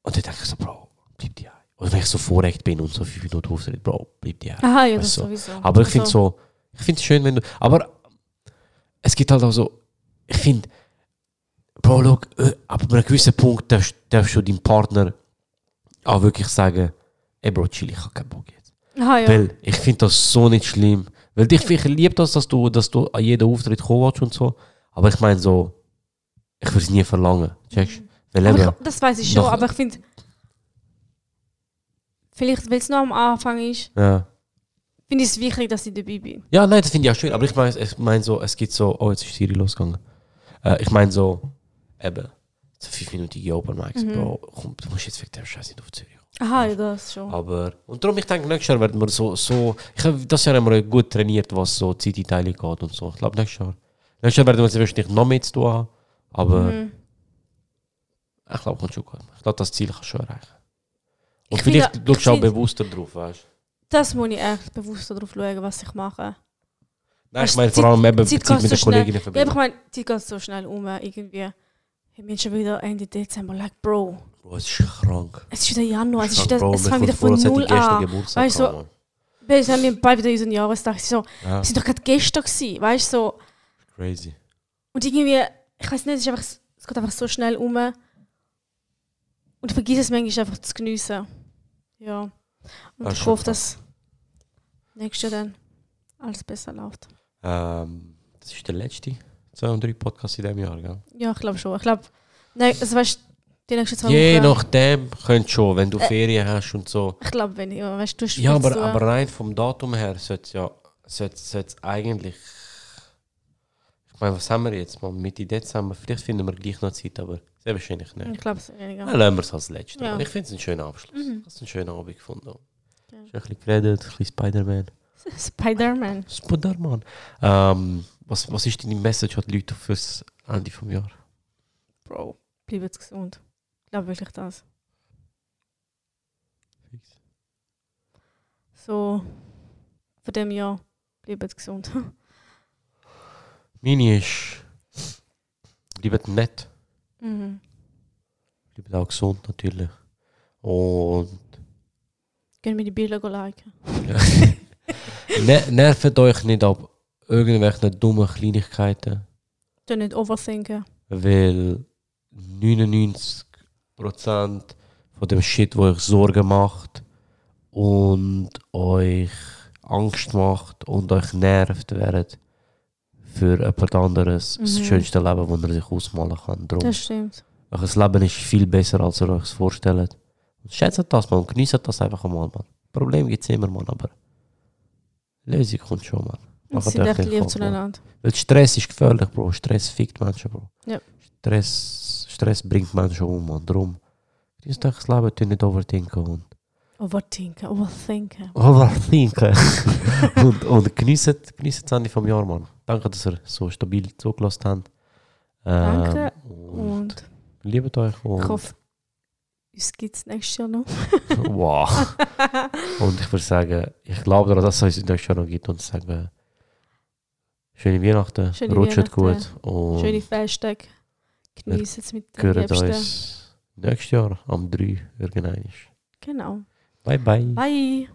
Speaker 1: Und dann denke ich so, Bro, bleib die ein. Oder wenn ich so vorrecht bin und so fünf Minuten auftritt, Bro, bleib die ein.
Speaker 2: Aha, ja, das
Speaker 1: Weißt du,
Speaker 2: sowieso.
Speaker 1: Aber ich
Speaker 2: Also,
Speaker 1: finde so, ich finde es schön, wenn du. Aber es gibt halt auch so, ich finde, Bro, look, äh, ab einem gewissen Punkt darfst, darfst du deinem Partner auch wirklich sagen, ey Bro, chill, ich habe keinen Bock jetzt.
Speaker 2: Aha, ja.
Speaker 1: Weil ich finde das so nicht schlimm. Weil ich, ich liebe das, dass du, dass du an jeden Auftritt kommen willst und so. Aber ich meine so, ich würde es nie verlangen. Checkst? Weil
Speaker 2: Mhm. Aber
Speaker 1: eben,
Speaker 2: ich, das weiß ich schon,
Speaker 1: Noch-
Speaker 2: aber ich finde. Vielleicht, weil es noch am Anfang ist,
Speaker 1: ja.
Speaker 2: finde ich es wichtig, dass ich dabei bin.
Speaker 1: ja, nein, das finde ich auch schön. Aber ich meine ich mein so, es gibt so, oh, jetzt ist Siri losgegangen. Äh, ich meine so, eben, so fünfminütige Open Mics,
Speaker 2: Mhm.
Speaker 1: Bro, komm, du musst jetzt wegen dem Scheiß nicht auf Zürich.
Speaker 2: Aha, ja, das schon.
Speaker 1: Aber, und darum, ich denke, nächstes Jahr werden wir so, so ich habe das Jahr haben wir gut trainiert, was so Zeiteinteilung geht und so. Ich glaube, nächstes Jahr. Nächstes Jahr werden wir uns wahrscheinlich noch mehr zu tun haben, aber
Speaker 2: Mhm.
Speaker 1: ich glaube, kommt schon gut. Ich glaube, das Ziel kannst du schon erreichen. Und
Speaker 2: Ich
Speaker 1: vielleicht
Speaker 2: finde-
Speaker 1: schaust
Speaker 2: ich
Speaker 1: du auch
Speaker 2: finde-
Speaker 1: bewusster drauf, weißt du?
Speaker 2: Das muss ich echt bewusst darauf schauen, was ich mache.
Speaker 1: Nein, ich
Speaker 2: Weißt,
Speaker 1: meine
Speaker 2: Zeit-
Speaker 1: vor allem eben
Speaker 2: Zeit
Speaker 1: Zeit mit
Speaker 2: geht so
Speaker 1: den
Speaker 2: schnell.
Speaker 1: Kolleginnen
Speaker 2: Ja, aber ich
Speaker 1: verbinden.
Speaker 2: meine, die geht so schnell um, irgendwie. Ich bin schon wieder Ende Dezember, like, Bro,
Speaker 1: Bro, es ist krank.
Speaker 2: es ist wieder Januar, es, ist
Speaker 1: Krank,
Speaker 2: wieder,
Speaker 1: Bro,
Speaker 2: es
Speaker 1: mir
Speaker 2: fängt wieder
Speaker 1: kommt vor,
Speaker 2: von
Speaker 1: als hätte ich
Speaker 2: Null
Speaker 1: gestern
Speaker 2: an.
Speaker 1: Geburtstag
Speaker 2: Weißt du,
Speaker 1: gehabt, Mann.
Speaker 2: Wir haben bald wieder unseren Jahrestag. Ich So,
Speaker 1: Ja,
Speaker 2: es sind doch gerade gestern gewesen, weißt du, so.
Speaker 1: ah, crazy.
Speaker 2: Und irgendwie, ich weiß nicht, es, ist einfach, es geht einfach so schnell um. Und ich vergesse es manchmal einfach zu geniessen. Ja. Und
Speaker 1: Ah,
Speaker 2: ich
Speaker 1: schon
Speaker 2: hoffe, dass nächstes Jahr dann alles besser läuft.
Speaker 1: Ähm, das ist der letzte 203 Podcast in diesem Jahr, gell?
Speaker 2: Ja, ich glaube schon. Ich glaube, nein, also weißt du, die nächsten zwei
Speaker 1: Je
Speaker 2: Wochen.
Speaker 1: nachdem könnte schon, wenn
Speaker 2: Äh.
Speaker 1: du Ferien hast und so.
Speaker 2: Ich glaube, wenn ich, ja, weißt du, du hast
Speaker 1: Ja,
Speaker 2: viel zu
Speaker 1: aber,
Speaker 2: tun.
Speaker 1: aber rein vom Datum her sollte es ja sollte, sollte es eigentlich. Ich meine, was haben wir jetzt? Mal Mitte Dezember. Vielleicht finden wir gleich noch Zeit, aber sehr wahrscheinlich nicht.
Speaker 2: Ich glaube, es ist weniger.
Speaker 1: Dann lassen wir es als letztes.
Speaker 2: Ja. Mhm.
Speaker 1: Aber Ich finde es einen schönen Abschluss. Ich habe einen schönen Abend gefunden.
Speaker 2: Ja.
Speaker 1: Schön ein bisschen geredet, ein bisschen Spider-Man.
Speaker 2: Spider-Man.
Speaker 1: Spider-Man. Ähm, was, was ist deine Message an die Leute fürs Ende vom Jahr?
Speaker 2: Bro, bleib jetzt gesund. Ich glaube wirklich das. So, von dem Jahr, bleibt gesund.
Speaker 1: Meine ist. Bleibt nett.
Speaker 2: mhm.
Speaker 1: Bleibt auch gesund natürlich. Und.
Speaker 2: Gehen wir die Bilder go liken.
Speaker 1: Ne nervt euch nicht ab irgendwelche dummen Kleinigkeiten.
Speaker 2: Dann nicht overthinken.
Speaker 1: Weil 99% von dem Shit, wo euch Sorgen macht und euch Angst macht und euch nervt, wäre für jemand anderes das
Speaker 2: Mhm.
Speaker 1: schönste Leben, das er sich ausmalen kann. Drum.
Speaker 2: Das stimmt.
Speaker 1: Euch Leben ist viel besser, als ihr euch vorstellt. Schätzt das mal und genießt das einfach einmal, Mann. Problem gibt es immer, Mann, aber Lösung kommt schon, Mann.
Speaker 2: Und
Speaker 1: Macht
Speaker 2: sie sind
Speaker 1: euch
Speaker 2: echt
Speaker 1: keinen
Speaker 2: lieb
Speaker 1: Kopf, Mann.
Speaker 2: zueinander.
Speaker 1: Weil Stress ist gefährlich, Bro. Stress fickt Menschen, Bro.
Speaker 2: Ja.
Speaker 1: Stress, Stress bringt Menschen um, man. Darum, dieses tägliches Leben tun nicht overdenken und
Speaker 2: Overthinken, overthinken.
Speaker 1: overthinken. und und geniessen, geniessen das Ende vom Jahr, Mann. Danke, dass ihr so stabil zugelassen habt. Ähm,
Speaker 2: Danke
Speaker 1: Und,
Speaker 2: Und
Speaker 1: liebt euch. Und,
Speaker 2: ich hoffe, uns gibt es nächstes Jahr noch.
Speaker 1: Wow. und ich würde sagen, ich glaube daran, dass es euch schon noch gibt und sage, schöne Weihnachten,
Speaker 2: Schöne
Speaker 1: rutscht
Speaker 2: Weihnachten.
Speaker 1: gut und
Speaker 2: Schöne Festtage. Genießen es mit den
Speaker 1: hören
Speaker 2: Liebsten.
Speaker 1: uns nächstes Jahr am 3 irgendwann.
Speaker 2: Genau.
Speaker 1: Bye, bye.
Speaker 2: Bye.